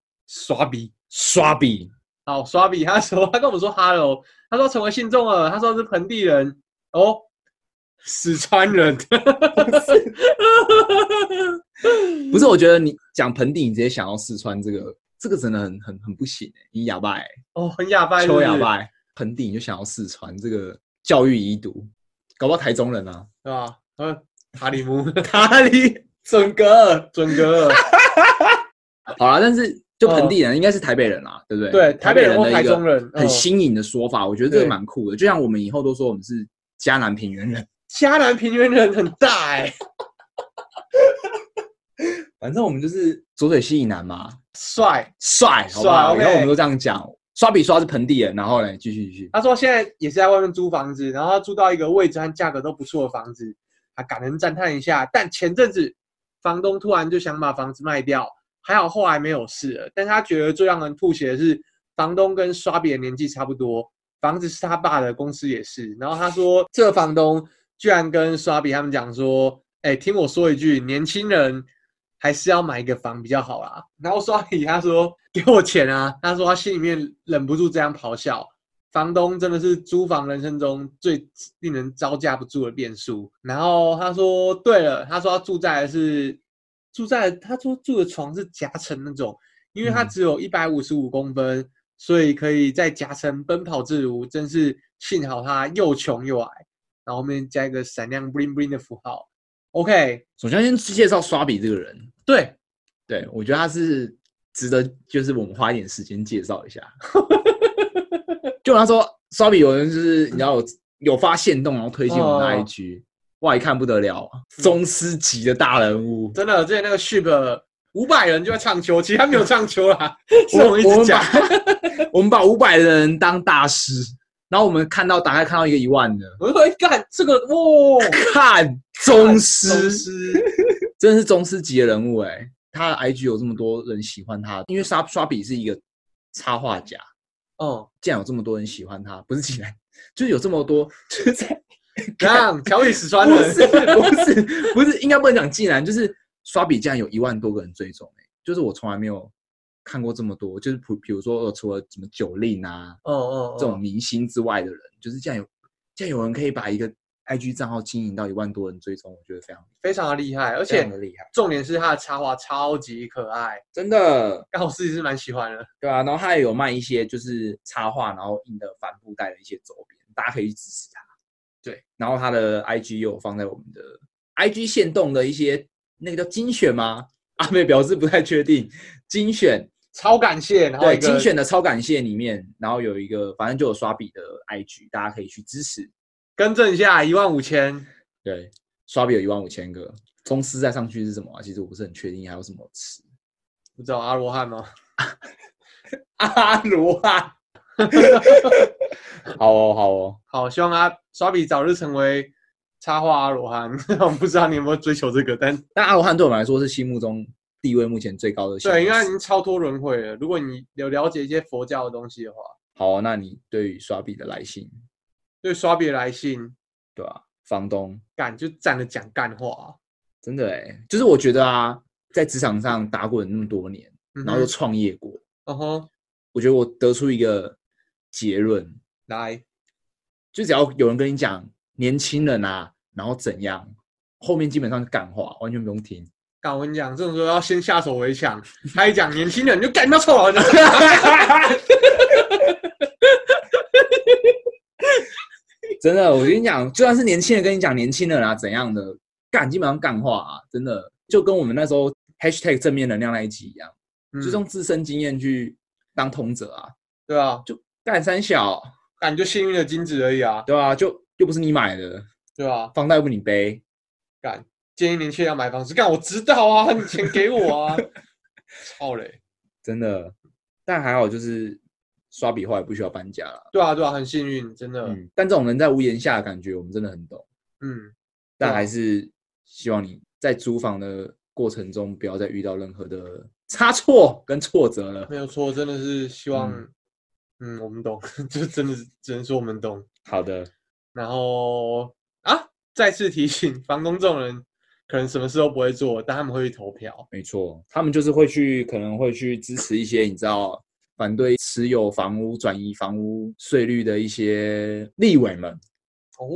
S1: 刷笔。
S2: 刷笔。
S1: 好，刷笔，哦他说他跟我们说 “hello”，他说成为信众了，他说是盆地人哦，四川人， [laughs]
S2: 不是，我觉得你讲盆地，你直接想到四川这个这个真的很很很不行、欸，你哑巴、欸，
S1: 哦，很哑巴，
S2: 秋哑，巴、欸，盆底你就想要四川这个教育遗毒，搞不好台中人啊，
S1: 对吧？嗯，塔里
S2: [laughs]
S1: 木，
S2: 哪里准哥？
S1: 准 [laughs] 哥，
S2: [laughs] 好啦，但是就盆地人应该是台北人啦，对不对？
S1: 嗯对，台
S2: 台
S1: 北人
S2: 人
S1: 或
S2: 的
S1: 台
S2: 一
S1: 中
S2: 个
S1: 人，
S2: 很
S1: 嗯
S2: 新颖的说法，我觉得这个
S1: 对
S2: 蛮酷的。就像我们以后都说我们是迦南平
S1: [laughs]
S2: 原人，
S1: 嘉南平原人很大哎，
S2: 反正我们就是浊水溪以南嘛，
S1: 帅。
S2: 帅，好不
S1: 帅
S2: 好？
S1: ，OK
S2: 以后我们都这样讲，刷笔刷是盆地人，然后嘞，继续继续。
S1: 他说现在也是在外面租房子，然后他租到一个位置和价格都不错的房子，他感恩赞叹一下。但前阵子房东突然就想把房子卖掉，还好后来没有事了。但他觉得最让人吐血的是，房东跟刷比的年纪差不多，房子是他爸的，公司也是。然后他说，这个房东居然跟刷比他们讲说：“哎，听我说一句，年轻人还是要买一个房比较好啦。”然后刷比他说：“给我钱啊！”他说他心里面忍不住这样咆哮。房东真的是租房人生中最令人招架不住的变数。然后他说，对了，他说他住在的是住在他说住的床是夹层那种，因为他
S2: 嗯
S1: 只有一百五十五公分，所以可以在夹层奔跑自如，真是幸好他又穷又矮。然后后面加一个闪亮 bling bling 的符号。OK，
S2: 首先先介绍刷笔这个人，
S1: 对，
S2: 对我觉得他是值得，就是我们花一点时间介绍一下。 [laughs] 就他说，刷笔有人就是你知道有有发现动，然后推荐我们的
S1: 哦
S2: IG，、哇，一看不得了啊，宗师级的大人物。
S1: 真的，之前那个 ship 五百人就在唱球，其实他没有唱球
S2: [laughs]
S1: 啦，是
S2: 我
S1: 我们一
S2: 我
S1: 直
S2: 们
S1: 讲
S2: 把。我们把五百的人当大师，然后我们看到打开看到一个一万的，
S1: 我就说，哎，干这个，哦哇，
S2: 看宗师，
S1: 宗师，
S2: 真的是宗师级的人物哎、他的 IG 有这么多人喜欢他，因为刷刷笔是一个插画家，
S1: 哦，
S2: 竟然有这么多人喜欢他，不是竟然，就是有这么多，就是在
S1: 让乔伊斯川
S2: 不
S1: 人
S2: 是不是不是，应该不能讲竟然，就是刷笔竟然有一万多个人追踪、欸，就是我从来没有看过这么多，就是比比如说呃，除了什么九令啊
S1: 哦哦，哦
S2: 这种明星之外的人，就是竟然有竟然有人可以把一个 IG 账号经营到一万多人追踪，我觉得非常
S1: 非常的厉害，而
S2: 非
S1: 且
S2: 常的厉害，
S1: 重点是他的插画超级可爱，
S2: 真的。
S1: 让我自己是蛮喜欢的。
S2: 对啊，然后他也有卖一些就是插画，然后印的帆布袋的一些周边，大家可以去支持他。
S1: 对，
S2: 然后他的 IG 也有放在我们的 IG 限动的一些那个叫精选吗？阿美表示不太确定精选，
S1: 超感谢，然后
S2: 对
S1: 一
S2: 精
S1: 个
S2: 选的超感谢里面，然后有一个反正就有刷笔的 IG，大家可以去支持。
S1: 更正一下，一万五千，
S2: 对，刷笔有一万五千个，宗师再上去是什么啊？其实我不是很确定还有什么词。 [laughs]
S1: 不知道阿罗汉吗？
S2: 阿罗汉， [laughs] 好哦，好哦。
S1: 好，希望他刷笔早日成为插画阿罗汉。 [laughs] 我不知道你有没有追求这个，但
S2: 那阿罗汉对我们来说是心目中地位目前最高的形容
S1: 对，
S2: 词。
S1: 因为他已经超脱轮回了。如果你有了解一些佛教的东西的话，
S2: 好、哦那你对于刷笔的来信，
S1: 对刷笔的来信
S2: 对吧、房东
S1: 干就站着讲干话、
S2: 真的哎，就是我觉得啊，在职场上打滚那么多年，
S1: 嗯哼
S2: 然后又创业过，
S1: 嗯哼，
S2: 我觉得我得出一个结论，
S1: 来，
S2: 就只要有人跟你讲年轻人啊，然后怎样，后面基本上是干话，完全不用听。
S1: 干我跟你讲，这种时候要先下手为强。他一讲年轻人，你就干掉臭老人。
S2: [laughs] 真的，我跟你讲，就算是年轻人跟你讲年轻人啊怎样的干，基本上干话啊，真的就跟我们那时候 hashtag 正面能量那一集一样。
S1: 嗯
S2: [laughs] 就是用自身经验去当通者啊，
S1: 对啊，
S2: 就干三小，啊
S1: 感觉幸运的金子而已啊，
S2: 对啊，就又不是你买的，
S1: 对啊，
S2: 房贷又不是你背，
S1: 建议年轻人要买房子，干我知道啊，你钱给我啊，操嘞，
S2: 真的。但还好就是刷笔后来不需要搬家了，
S1: 对啊对啊，很幸运，真的，嗯
S2: 嗯。但这种人在屋檐下的感觉，我们真的很懂。
S1: 对啊
S2: 但还是希望你在租房的过程中，不要再遇到任何的差错跟挫折了。
S1: 没有错，真的是希望，
S2: 嗯
S1: 嗯我们懂， [laughs] 就真的是只能说我们懂。
S2: 好的，
S1: 然后啊，再次提醒房东这种人，可能什么事都不会做，但他们会去投票。
S2: 没错，他们就是会去，可能会去支持一些你知道反对持有房屋转移房屋税率的一些立委们。
S1: 哦，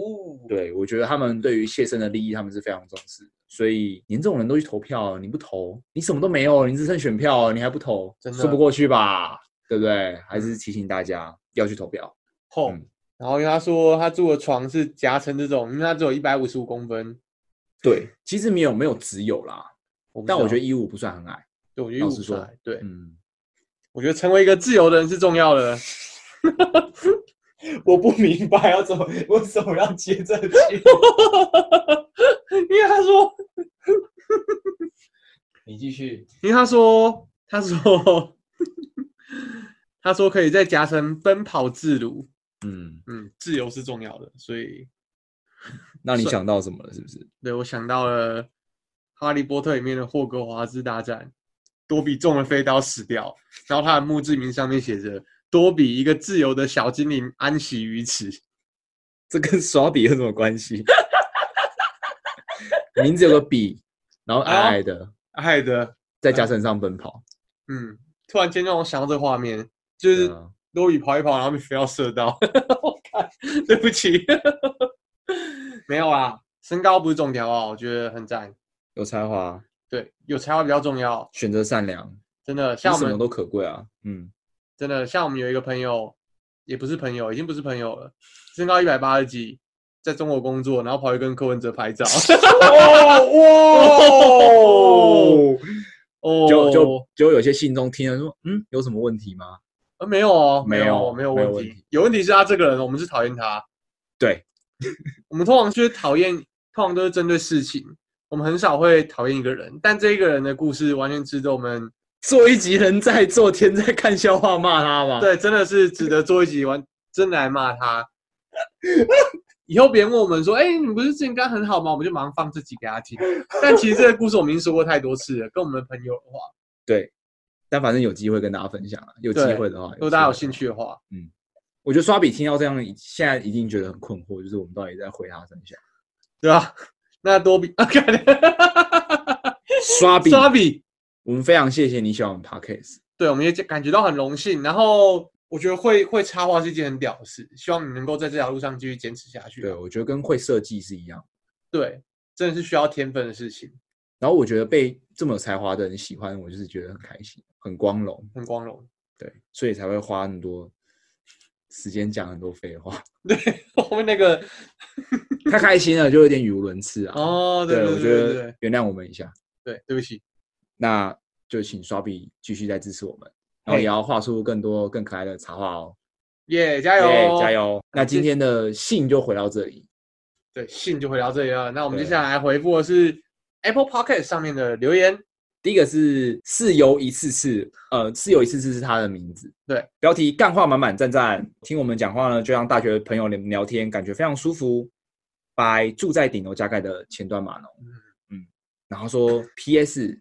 S2: 对，我觉得他们对于切身的利益，他们是非常重视的。所以您这种人都去投票，你不投，你什么都没有，你只剩选票，你还不投，
S1: 真的
S2: 说不过去吧？对不对？还是提醒大家要去投票。
S1: 后、
S2: 嗯
S1: 然后因为他说他住的床是夹层这种，因为他只有一百五十五公分。
S2: 对，其实没有没有只有啦，
S1: 我不
S2: 但
S1: 知
S2: 我
S1: 道
S2: 觉得，一五不算很矮。
S1: 对我觉得
S2: 老
S1: 五
S2: 实
S1: 十
S2: 说
S1: 来，对、
S2: 嗯，
S1: 我觉得成为一个自由的人是重要的。 [laughs]
S6: 我不明白要怎么为什么要接这句。
S1: 因为他说，
S6: 你继续，
S1: 因为他说，他说， [laughs] 他说可以在夹层奔跑自如。
S2: 嗯，
S1: 嗯，自由是重要的，所以
S2: 那你
S1: 算
S2: 想到什么了？是不是？
S1: 对我想到了《哈利波特》里面的霍格华兹大战，多比中了飞刀死掉，然后他的墓志铭上面写着“多比一个自由的小精灵安息于此
S2: 这跟刷笔有什么关 [laughs] 系？名字有个笔，然后矮矮的，”，
S1: 害得
S2: 在加身上奔跑，
S1: 嗯，突然间让我想到这个画面，就
S2: 对
S1: 是
S2: 啊
S1: 多比跑一跑，然后被飞刀射到， [laughs] 我看，对不起， [laughs] 没有啦，身高不是重点啊，我觉得很赞，
S2: 有才华，
S1: 对，有才华比较重要，
S2: 选择善良，
S1: 真的，
S2: 比
S1: 像我
S2: 什
S1: 们
S2: 么都可贵啊。嗯，
S1: 真的，像我们有一个朋友，也不是朋友，已经不是朋友了，身高一百八十几，在中国工作，然后跑去跟柯文哲拍照， [laughs] 哦
S2: 哦，
S1: [laughs] 哦，
S2: 就就就有些信众听了说，嗯，有什么问题吗？
S1: 呃没有哦，
S2: 没有
S1: 有没有
S2: 没有
S1: 问
S2: 问
S1: 题
S2: 题，
S1: 有问题是他这个人，我们是讨厌他，
S2: 对，
S1: 我们通常就是讨厌，通常都是针对事情，我们很少会讨厌一个人，但这一个人的故事完全值得我们
S2: 做一集人在做天在看笑话骂他嘛。
S1: 对，真的是值得做一集完，真的来骂他。以后别人问我们说：“哎、你不是之前跟他很好吗？”我们就马上放这集给他听。但其实这个故事我们已经说过太多次了，跟我们的朋友的话，
S2: 对，但反正有机会跟大家分享啊，有机
S1: 对
S2: 会的话，
S1: 如果大家有
S2: 机会
S1: 兴
S2: 的话
S1: 趣的话，
S2: 我觉得刷笔听到这样，现在一定觉得很困惑，就是我们到底在回他三下？
S1: 对吧？那多比，啊，
S2: 刷
S1: [laughs]
S2: 笔，
S1: 刷笔，
S2: 我们非常谢谢你喜欢我们 podcast，
S1: 对，我们也感觉到很荣幸。然后我觉得会会插画是一件很屌的事，希望你能够在这条路上继续坚持下去啊
S2: 对。我觉得跟会设计是一样。
S1: 对，真的是需要天分的事情，
S2: 然后我觉得被这么有才华的人喜欢，我就是觉得很开心，很光荣，
S1: 很光荣。 [laughs]
S2: 对，所以才会花很多时间讲很多废话。 [laughs]
S1: 后面那个，
S2: 太开心了，就有点语无伦次啊。
S1: 哦，对对
S2: 我
S1: 对对
S2: 觉
S1: 对
S2: 得原谅我们一下，
S1: 对，对不起。
S2: 那就请刷笔继续再支持我们，然后
S1: 嘿
S2: 也要画出更多更可爱的插画哦。
S1: 耶加油哦
S2: 耶加！油！哦那
S1: 谢
S2: 今天的信就回到这里。
S1: 对，信就回到这里了。那我们接
S2: 对
S1: 下来回复的是 Apple Podcast 上面的留言。
S2: 第一个是室友一次次，呃，室友一次次是他的名字。
S1: 对，
S2: 标题干话满满赞赞，听我们讲话呢，就像大学朋友聊聊天，感觉非常舒服。by 住在顶楼加盖的前端码农，嗯，然后说 P.S.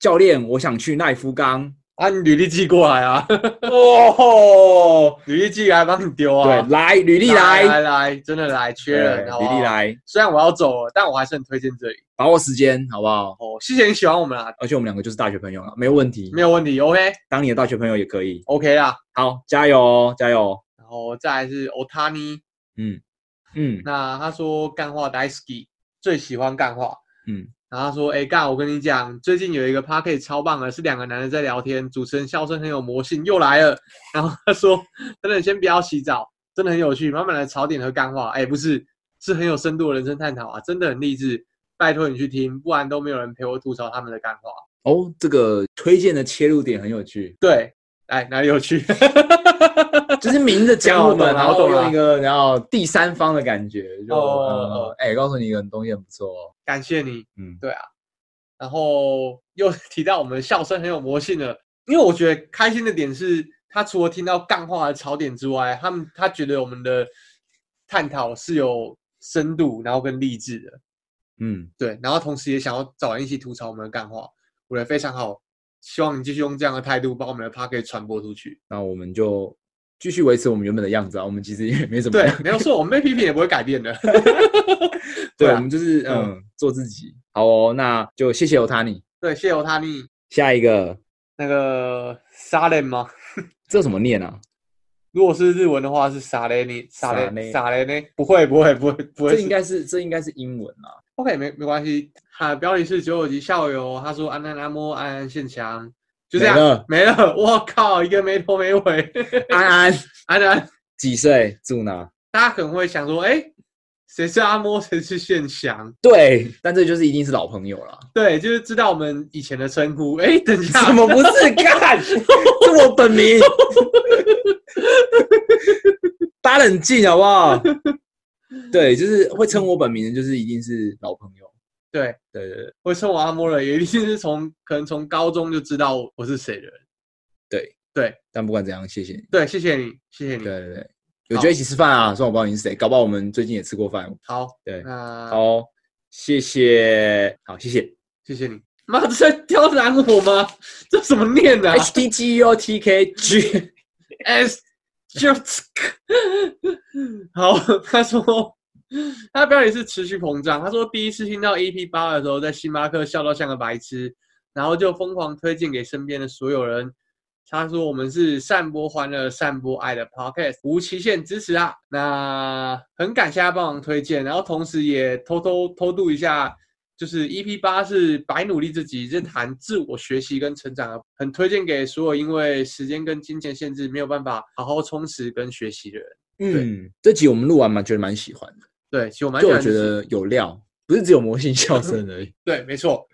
S2: 教练，我想去奈夫冈。
S1: 啊，你履历寄过来啊， [laughs]
S2: 哦，
S1: 履历寄来帮你丢
S2: 对
S1: 啊。，
S2: 来履历
S1: 来来
S2: 来，
S1: 来，真的来，缺
S2: 对
S1: 人，好不
S2: 履
S1: 好
S2: 历。来，
S1: 虽然我要走了，但我还是很推荐这里。
S2: 把握时间，好不好？
S1: 哦，谢谢你喜欢我们啦，
S2: 而且我们两个就是大学朋友了，没有问题
S1: 没。有问题。OK
S2: 当你的大学朋友也可以。
S1: OK 啦。
S2: 好，加油哦，加油哦！
S1: 然后再来是 Otani，
S2: 嗯
S1: 那他说干话 Daisky 最喜欢干话。
S2: 嗯，
S1: 然后他说：“哎、干，我跟你讲，最近有一个 p a r k e 超棒的，是两个男人在聊天，主持人笑声很有魔性，又来了。”然后他说：“真的，先不要洗澡，真的很有趣，慢慢来槽点和干话。哎、不是，是很有深度的人生探讨啊，真的很励志。拜托你去听，不然都没有人陪我吐槽他们的干话。
S2: 哦，这个推荐的切入点很有趣”，
S1: 对，哎，哪里有趣？ [laughs]
S2: 就是明着讲我们，
S1: 懂了
S2: 然后
S1: 懂了
S2: 用一个然后第三方的感觉，就
S1: 哦
S2: 呃哎，告诉你一个东西很不错哦，
S1: 感谢你，
S2: 嗯，
S1: 对啊。然后又 [laughs] 提到我们笑声很有魔性的，因为我觉得开心的点是，他除了听到干话的槽点之外，他们他觉得我们的探讨是有深度，然后跟励志的，
S2: 嗯，
S1: 对。然后同时也想要找人一起吐槽我们的干话，我觉得非常好。希望你继续用这样的态度把我们的 p a r k 传播出去。
S2: 那我们就继续维持我们原本的样子啊，我们其实也没怎么
S1: 对
S2: 样，
S1: 没有错，我们被批评也不会改变的。 [laughs]
S2: 对，
S1: 对啊
S2: 我们就是嗯做自己，好哦，那就谢谢欧塔尼，
S1: 对，谢谢欧塔尼
S2: 下一个
S1: 那个 Salem 吗？
S2: 这怎么念啊？
S1: 如果是日文的话是傻嘞你傻
S2: 傻嘞
S1: 嘞傻嘞呢？不会不会不会不会
S2: 这
S1: 是，
S2: 应该是这应该是英文啊。
S1: OK 没没关系。啊，标题是九九级校友，他说安安阿莫安安献强，就这样
S2: 没了
S1: [laughs] 没了。我靠，一个没头没尾，
S2: 安安
S1: 安安。
S2: 几岁？住哪？
S1: 大家可能会想说，哎、谁是阿莫，谁是现祥？
S2: 对，但这就是一定是老朋友了。
S1: 对，就是知道我们以前的称呼。哎、等一下
S2: [laughs] 怎，么不 [laughs] 是？干，是我本 [laughs] 名。大家冷静好不好？对，就是会称我本名的，就是一定是老朋友。
S1: 对，
S2: 对对对，
S1: 会称我阿莫的，也一定是从可能从高中就知道我是谁的人。
S2: 但不管怎样，谢谢你。
S1: 对，谢谢你，谢谢
S2: 对
S1: 你。
S2: 对对，有觉得一起吃饭啊？虽然我不知道你是谁，搞不好我们最近也吃过饭。
S1: 好，
S2: 对
S1: 那
S2: 好，谢谢，好，谢谢。
S1: 谢谢你。妈，这在刁难我吗？这怎么念的、啊
S2: H T G U T K G，
S1: ？S just 好，他说他的标题是持续膨胀。他说第一次听到 EP 八的时候，在星巴克笑到像个白痴，然后就疯狂推荐给身边的所有人。他说我们是散播欢乐、散播爱的 podcast，无期限支持啊！那很感谢他帮忙推荐，然后同时也偷偷偷渡一下。就是 EP 八是白努力这集，是谈自我学习跟成长的，啊很推荐给所有因为时间跟金钱限制没有办法好好充实跟学习的人。
S2: [laughs] 嗯，这集我们录完嘛，觉得蛮喜欢的，
S1: 对，其实我蛮
S2: 就
S1: 喜
S2: 我
S1: 欢
S2: 觉
S1: 这集
S2: 得有料，不是只有魔性笑声而已。
S1: 对，没错，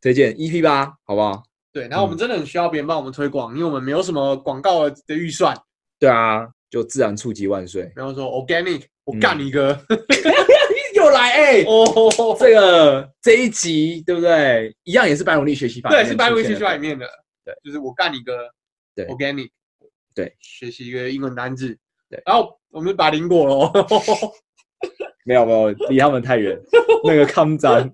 S2: 推荐 EP 八，好不好？
S1: 对。然后我
S2: 嗯
S1: 们真的很需要别人帮我们推广，因为我们没有什么广告的预算。
S2: 对啊，就自然触及万岁。
S1: 然后说 organic，我
S2: 嗯
S1: 干你哥！
S2: 又来哎、
S1: 哦，
S2: 这个这一集对不对？一样也是白努力学习
S1: [laughs]
S2: 法，
S1: 对，是白文学习法里面的，
S2: 对，
S1: 就是我干你哥，
S2: 对
S1: ，organic，
S2: 对，
S1: 学习一个英文单字，
S2: 对。
S1: 然后我们把林果喽，哦
S2: 没有没有，离他们太远，那个康展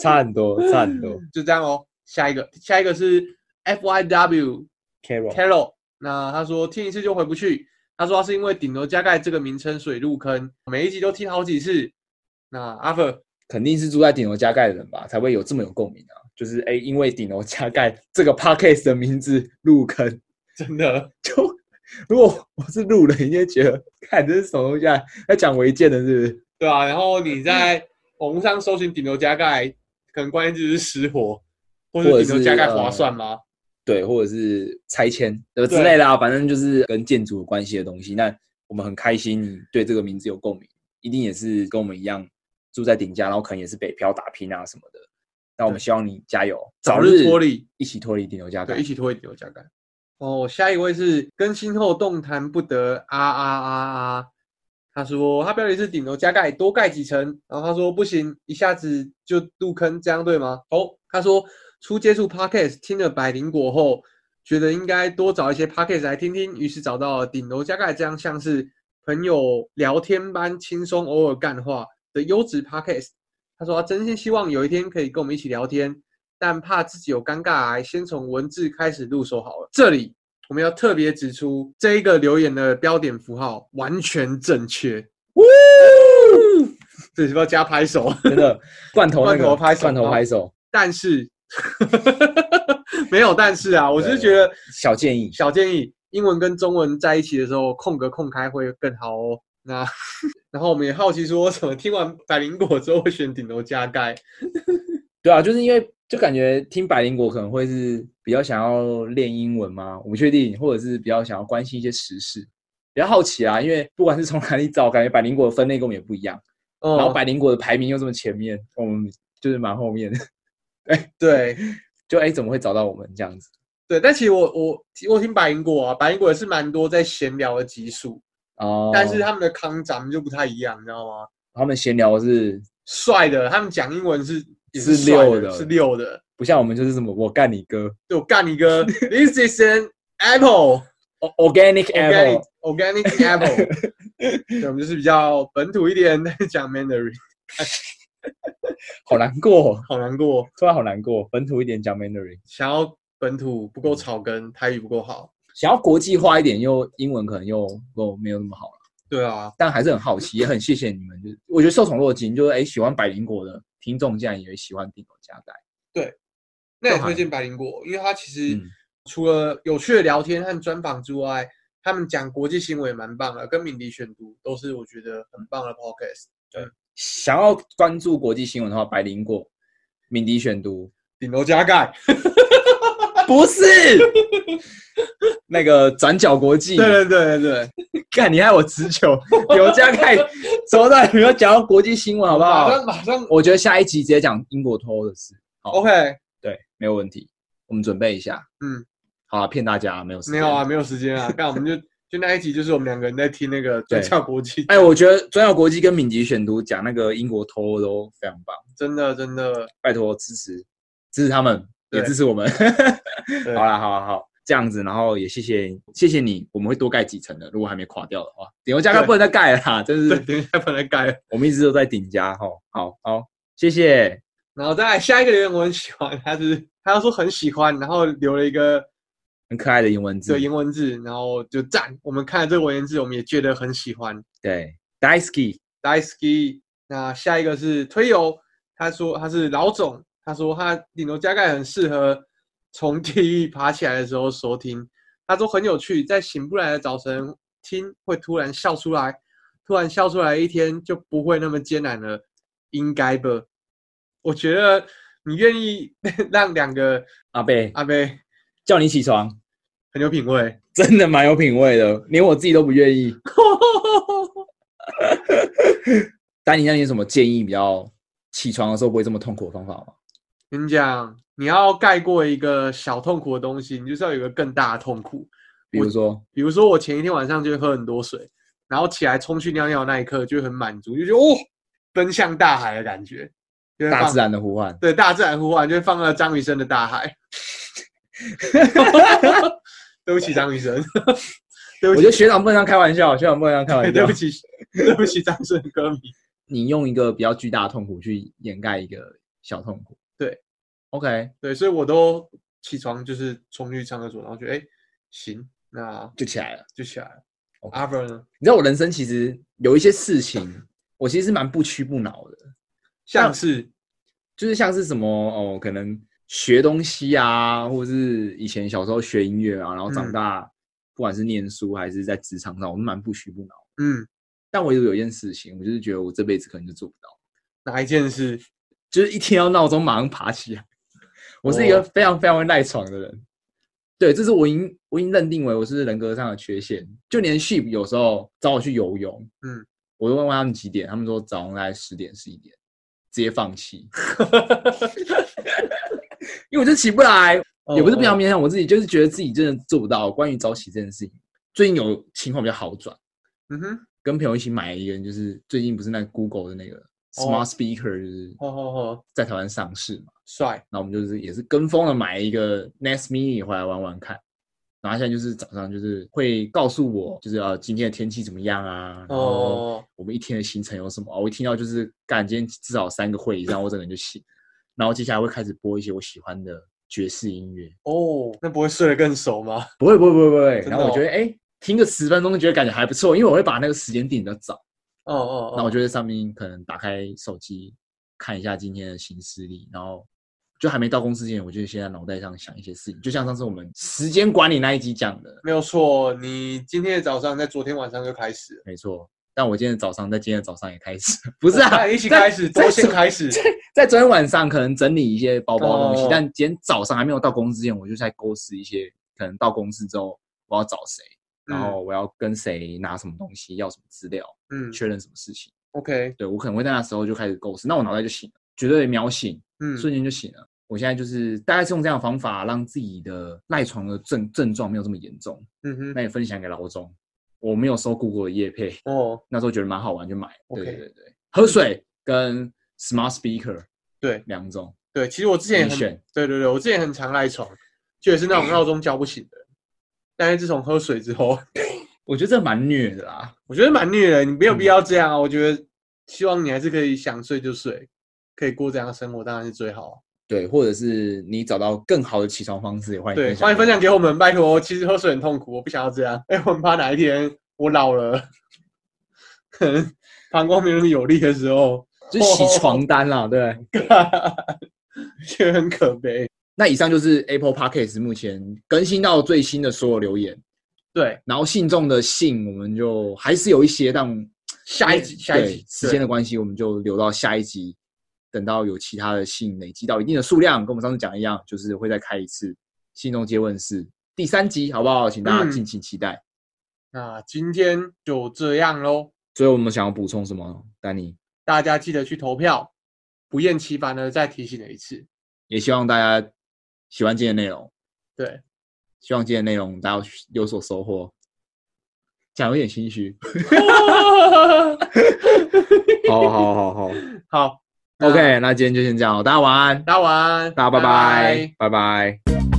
S2: 差很多，差
S1: [laughs]
S2: 很多。
S1: [laughs] 就这样哦。下一个，下一个是 FYW
S2: Carol，
S1: Carol，那他说听一次就回不去，他说他是因为顶楼加盖这个名称所以入坑，每一集都听好几次。那阿 v
S2: 肯定是住在顶楼加盖的人吧，才会有这么有共鸣啊。就是哎、因为顶楼加盖这个 podcast 的名字入坑，
S1: 真的，
S2: 就如果我是路人，应该觉得看这是什么东西啊？在讲违建的是不是？
S1: 对啊，然后你
S2: [laughs]
S1: 在网络上搜寻顶楼加盖，可能关键字是失火，或
S2: 或
S1: 者
S2: 者是
S1: 顶
S2: 呃
S1: 楼加盖划算吗？
S2: 对，或者是拆迁呃之
S1: 对
S2: 类的啊，反正就是跟建筑有关系的东西。那我们很开心你对这个名字有共鸣，一定也是跟我们一样住在顶家，然后可能也是北漂打拼啊什么的。那我们希望你加油，
S1: 早日脱，离，
S2: 一起脱离顶楼加盖
S1: 对，一。起脱离顶楼加盖。哦，下一位是更新后动弹不得啊啊啊啊！他说他标题是顶楼加盖多盖几层，然后他说不行，一下子就入坑，这样对吗？哦，他说初接触 podcast 听了百灵果后，觉得应该多找一些 podcast 来听听，于是找到了顶楼加盖这样像是朋友聊天般轻松偶尔干话的优质 podcast。他说他真心希望有一天可以跟我们一起聊天，但怕自己有尴尬癌，先从文字开始入手好了。这里我们要特别指出，这一个留言的标点符号完全正确，这是不是要加拍手？
S2: 真
S1: [laughs]
S2: 的，罐头那
S1: 罐
S2: 个
S1: 头拍手啊
S2: 罐头拍手，
S1: 但是 [laughs] 没有但是啊，我只是觉得
S2: 小建议，
S1: 小建议，英文跟中文在一起的时候，空格空开会更好哦。那然后我们也好奇说，怎么听完百灵果之后会选顶楼加盖？
S2: 对啊，就是因为就感觉听百灵果可能会是比较想要练英文吗？我不确定，或者是比较想要关心一些时事，比较好奇啊。因为不管是从哪里找，感觉百灵果的分类跟我们也不一样，
S1: 哦
S2: 然后百灵果的排名又这么前面，我们就是蛮后面的。 [laughs]
S1: 对
S2: 就哎，怎么会找到我们这样子
S1: 对，但其实我我我听百灵果啊，百灵果也是蛮多在闲聊的集数，
S2: 哦？
S1: 但是他们的康咱们就不太一样，你知道吗？
S2: 他们闲聊是
S1: 帅的，他们讲英文是也
S2: 是
S1: 帅
S2: 溜
S1: 的，
S2: 的
S1: 是溜的。
S2: 不像我们就是什么我干你哥
S1: 就干你
S2: [laughs]
S1: 哥，This is an apple
S2: O-
S1: 哦
S2: ，organic
S1: organic
S2: apple，
S1: organic apple。对，
S2: [laughs]
S1: 我们就是比较本土一点，讲 Mandarin，
S2: 好难过，
S1: 好难过。
S2: 突然好难过，本土一点讲 Mandarin。
S1: 想要本土不够草根，台语不够好。
S2: 想要国际化一点，又英文可能又又没有那么好了，
S1: 对啊，
S2: 但还是很好奇，也很谢谢你们。就是我觉得受宠若惊，就是哎、喜欢百灵果的听众竟然也喜欢顶头加盖，
S1: 那也
S2: 就好
S1: 推荐百灵果，因为它其实
S2: 嗯
S1: 除了有趣的聊天和专访之外，他们讲国际新闻也蛮棒的，跟敏迪选读都是我觉得很棒的 podcast。
S2: 想要关注国际新闻的话，百灵果、敏迪选读
S1: 顶楼加盖，
S2: [laughs] 不是那个转角国
S1: [laughs]
S2: 际。
S1: 对对对对对，
S2: 看你害我持久， [laughs] 刘家凯走到你要讲到国际新闻好不好
S1: 马？上马上
S2: 我觉得下一集直接讲英国脱欧的事，
S1: ，OK，
S2: 对，没有问题。我们准备一下，
S1: 嗯，
S2: 好啊，骗大家没有时
S1: 没
S2: 间
S1: 有啊，。没有时间啊， [laughs] 那我们就就那一集就是我们两个人在听那个《
S2: 对
S1: 转角国 [laughs] 际》，
S2: 哎，我觉得转角国际跟敏迪选读讲那个英国脱欧都非常棒，
S1: 真的真的，
S2: 拜托支持支持他们，
S1: 对
S2: 也支持我们。 [laughs]
S1: 对
S2: 好啦，好啦，好，这样子，然后也谢谢谢谢你，我们会多盖几层的，如果还没垮掉的话，顶楼加盖
S1: 对
S2: 不能再盖了啦，真
S1: 对，
S2: 是
S1: 等一下本来改了，
S2: 我们一直都在顶加哈。好好，谢谢。
S1: 然后再来下一个留言我很喜欢，他是他说很喜欢，然后留了一个
S2: 很可爱的英文字
S1: 这个，英文字，然后就赞，我们看了这个文言字，我们也觉得很喜欢。
S2: 对 d a i s k y
S1: Daisky。那下一个是推油，他说他是老总，他说他顶楼加盖很适合从地狱爬起来的时候收听。他说很有趣，在醒不来的早晨听会突然笑出来，突然笑出来一天就不会那么艰难了，应该吧？我觉得你愿意 [laughs] 让两个
S2: 阿贝
S1: 阿贝
S2: 叫你起床，
S1: 很有品味， [laughs]
S2: 真的蛮有品味的，连我自己都不愿意。丹尼，那你有什么建议比较起床的时候不会这么痛苦的方法吗？
S1: 跟你讲，你要盖过一个小痛苦的东西，你就是要有一个更大的痛苦。
S2: 比如说，
S1: 比如说我前一天晚上就会喝很多水，然后起来冲去尿尿那一刻就会很满足，就觉得哦，奔向大海的感觉，就会
S2: 大
S1: 放
S2: 自然的呼唤，
S1: 对大自然呼唤，就会放了张雨生的《大海》。对不起，张雨生，对
S2: 我
S1: 不
S2: 觉
S1: 起
S2: 得，学长不能这样开玩笑，学长不能这样开玩
S1: [laughs] 对啊
S2: 笑
S1: 不。
S2: [laughs]
S1: 起，对不起，张雨生的歌迷。
S2: 你用一个比较巨大的痛苦去掩盖一个小痛苦，
S1: 对
S2: ，OK，
S1: 对，所以我都起床就是冲去上厕所，然后觉得哎，行，那
S2: 就起来了。
S1: 就起来了。
S2: OK
S1: 阿 v 呢？
S2: 你知道我人生其实有一些事情，我其实是蛮不屈不挠的。
S1: 像是
S2: 就是像是什么哦，可能学东西啊，或者是以前小时候学音乐啊，然后长
S1: 嗯
S2: 大、不管是念书还是在职场上，我都蛮不屈不挠。
S1: 嗯，
S2: 但我有一件事情，我就是觉得我这辈子可能就做不到，
S1: 哪一件事？
S2: 就是一听到闹钟马上爬起来。我是一个
S1: 哦
S2: 非常非常会赖床的人，对，这是我已经我已经认定为我是人格上的缺陷。就连 sheep 有时候找我去游泳，
S1: 嗯，
S2: 我就问问他们几点，他们说早上大概十点十一点，直接
S1: [laughs]
S2: 放弃，因为我就起不来，也不是不想
S1: 哦
S2: 勉强我自己，就是觉得自己真的做不到。关于早起这件事情，最近有情况比较好转，
S1: 嗯哼，
S2: 跟朋友一起买了一个，就是最近不是那个 Google 的那个
S1: 哦
S2: Smart Speaker，就是
S1: 好好好，
S2: 在台湾上市嘛，
S1: 哦帅。
S2: 那我们就是也是跟风的买一个 Nest Mini 回来玩玩看。然后现在就是早上就是会告诉我，就是呃今天的天气怎么样啊，然后
S1: 哦，
S2: 我们一天的行程有什么啊？我一听到就是干，今天至少三个会以上，我整个人就醒了。然后接下来会开始播一些我喜欢的爵士音乐，
S1: 哦，那不会睡得更熟吗？ [laughs]
S2: 不会不会不会不会。
S1: 真的哦
S2: 然后我觉得哎、诶听个十分钟觉得感觉还不错，因为我会把那个时间定得比较早。
S1: 哦哦，
S2: 那我就在上面可能打开手机看一下今天的行事历，然后就还没到公司之前，我就先在脑袋上想一些事情，就像上次我们时间管理那一集讲的，
S1: 没有错。你今天的早上在昨天晚上就开始了，
S2: 没错。但我今天的早上在今天的早上也开始， [laughs] 不是啊，
S1: 那一起
S2: 在
S1: 开始，
S2: 在
S1: 多先
S2: 手
S1: 开始。嗯
S2: 在昨天晚上可能整理一些包包的东西，
S1: 哦
S2: 但今天早上还没有到公司之前，我就在构思一些可能到公司之后我要找谁，然后我要跟谁拿什么东西，要什么资料，
S1: 嗯
S2: 确认什么事情。
S1: ，OK，
S2: 对我可能会在那时候就开始构思，那我脑袋就醒了，绝对秒醒，
S1: 嗯，
S2: 瞬间就醒了。我现在就是大概是用这样的方法，让自己的赖床的症症状没有这么严重。
S1: 嗯
S2: 那
S1: 哼，
S2: 也分享给老总，我没有收 Google 的业配， [laughs]
S1: 哦，
S2: 那时候觉得蛮好玩就买了。对
S1: OK
S2: 对对对，喝水跟 Smart Speaker
S1: 对
S2: 两种。
S1: 对，其实我之前也
S2: 你
S1: 很
S2: 选，嗯
S1: 对对对，我之前很常赖床，就也是那种闹钟叫不醒的人。但是自从喝水之后，
S2: 我觉得这蛮虐的啦。
S1: 我觉得蛮虐的，你没有
S2: 嗯
S1: 必要这样啊。我觉得，希望你还是可以想睡就睡，可以过这样的生活，当然是最好啊。
S2: 对，或者是你找到更好的起床方式，也欢迎
S1: 对，
S2: 享
S1: 欢迎分享给我们，拜托。其实喝水很痛苦，我不想要这样。哎、我很怕哪一天我老了，可能膀胱没有那么有力的时候，
S2: 就是洗床单啦。对，
S1: 觉得很可悲。
S2: 那以上就是 Apple Podcast 目前更新到最新的所有留言。
S1: 对，
S2: 然后信众的信我们就还是有一些，但
S1: 下一集下一
S2: 对
S1: 集
S2: 时间的关系，我们就留到下一集，等到有其他的信累积到一定的数量，跟我们上次讲的一样，就是会再开一次信众接问室第三集，好不好？请大家
S1: 嗯
S2: 敬请期待。
S1: 那今天就这样喽，
S2: 所以我们想要补充什么，丹尼？
S1: 大家记得去投票。不厌其烦的再提醒了一次，
S2: 也希望大家喜欢今天的内容，
S1: 对， [laughs]
S2: 希望今天的内容大家有所收获。讲有点心虚， [laughs] 好好好好
S1: 好那
S2: ，OK，那今天就先这样哦，大家晚安，
S1: 大家晚安，
S2: 大家拜拜，拜拜。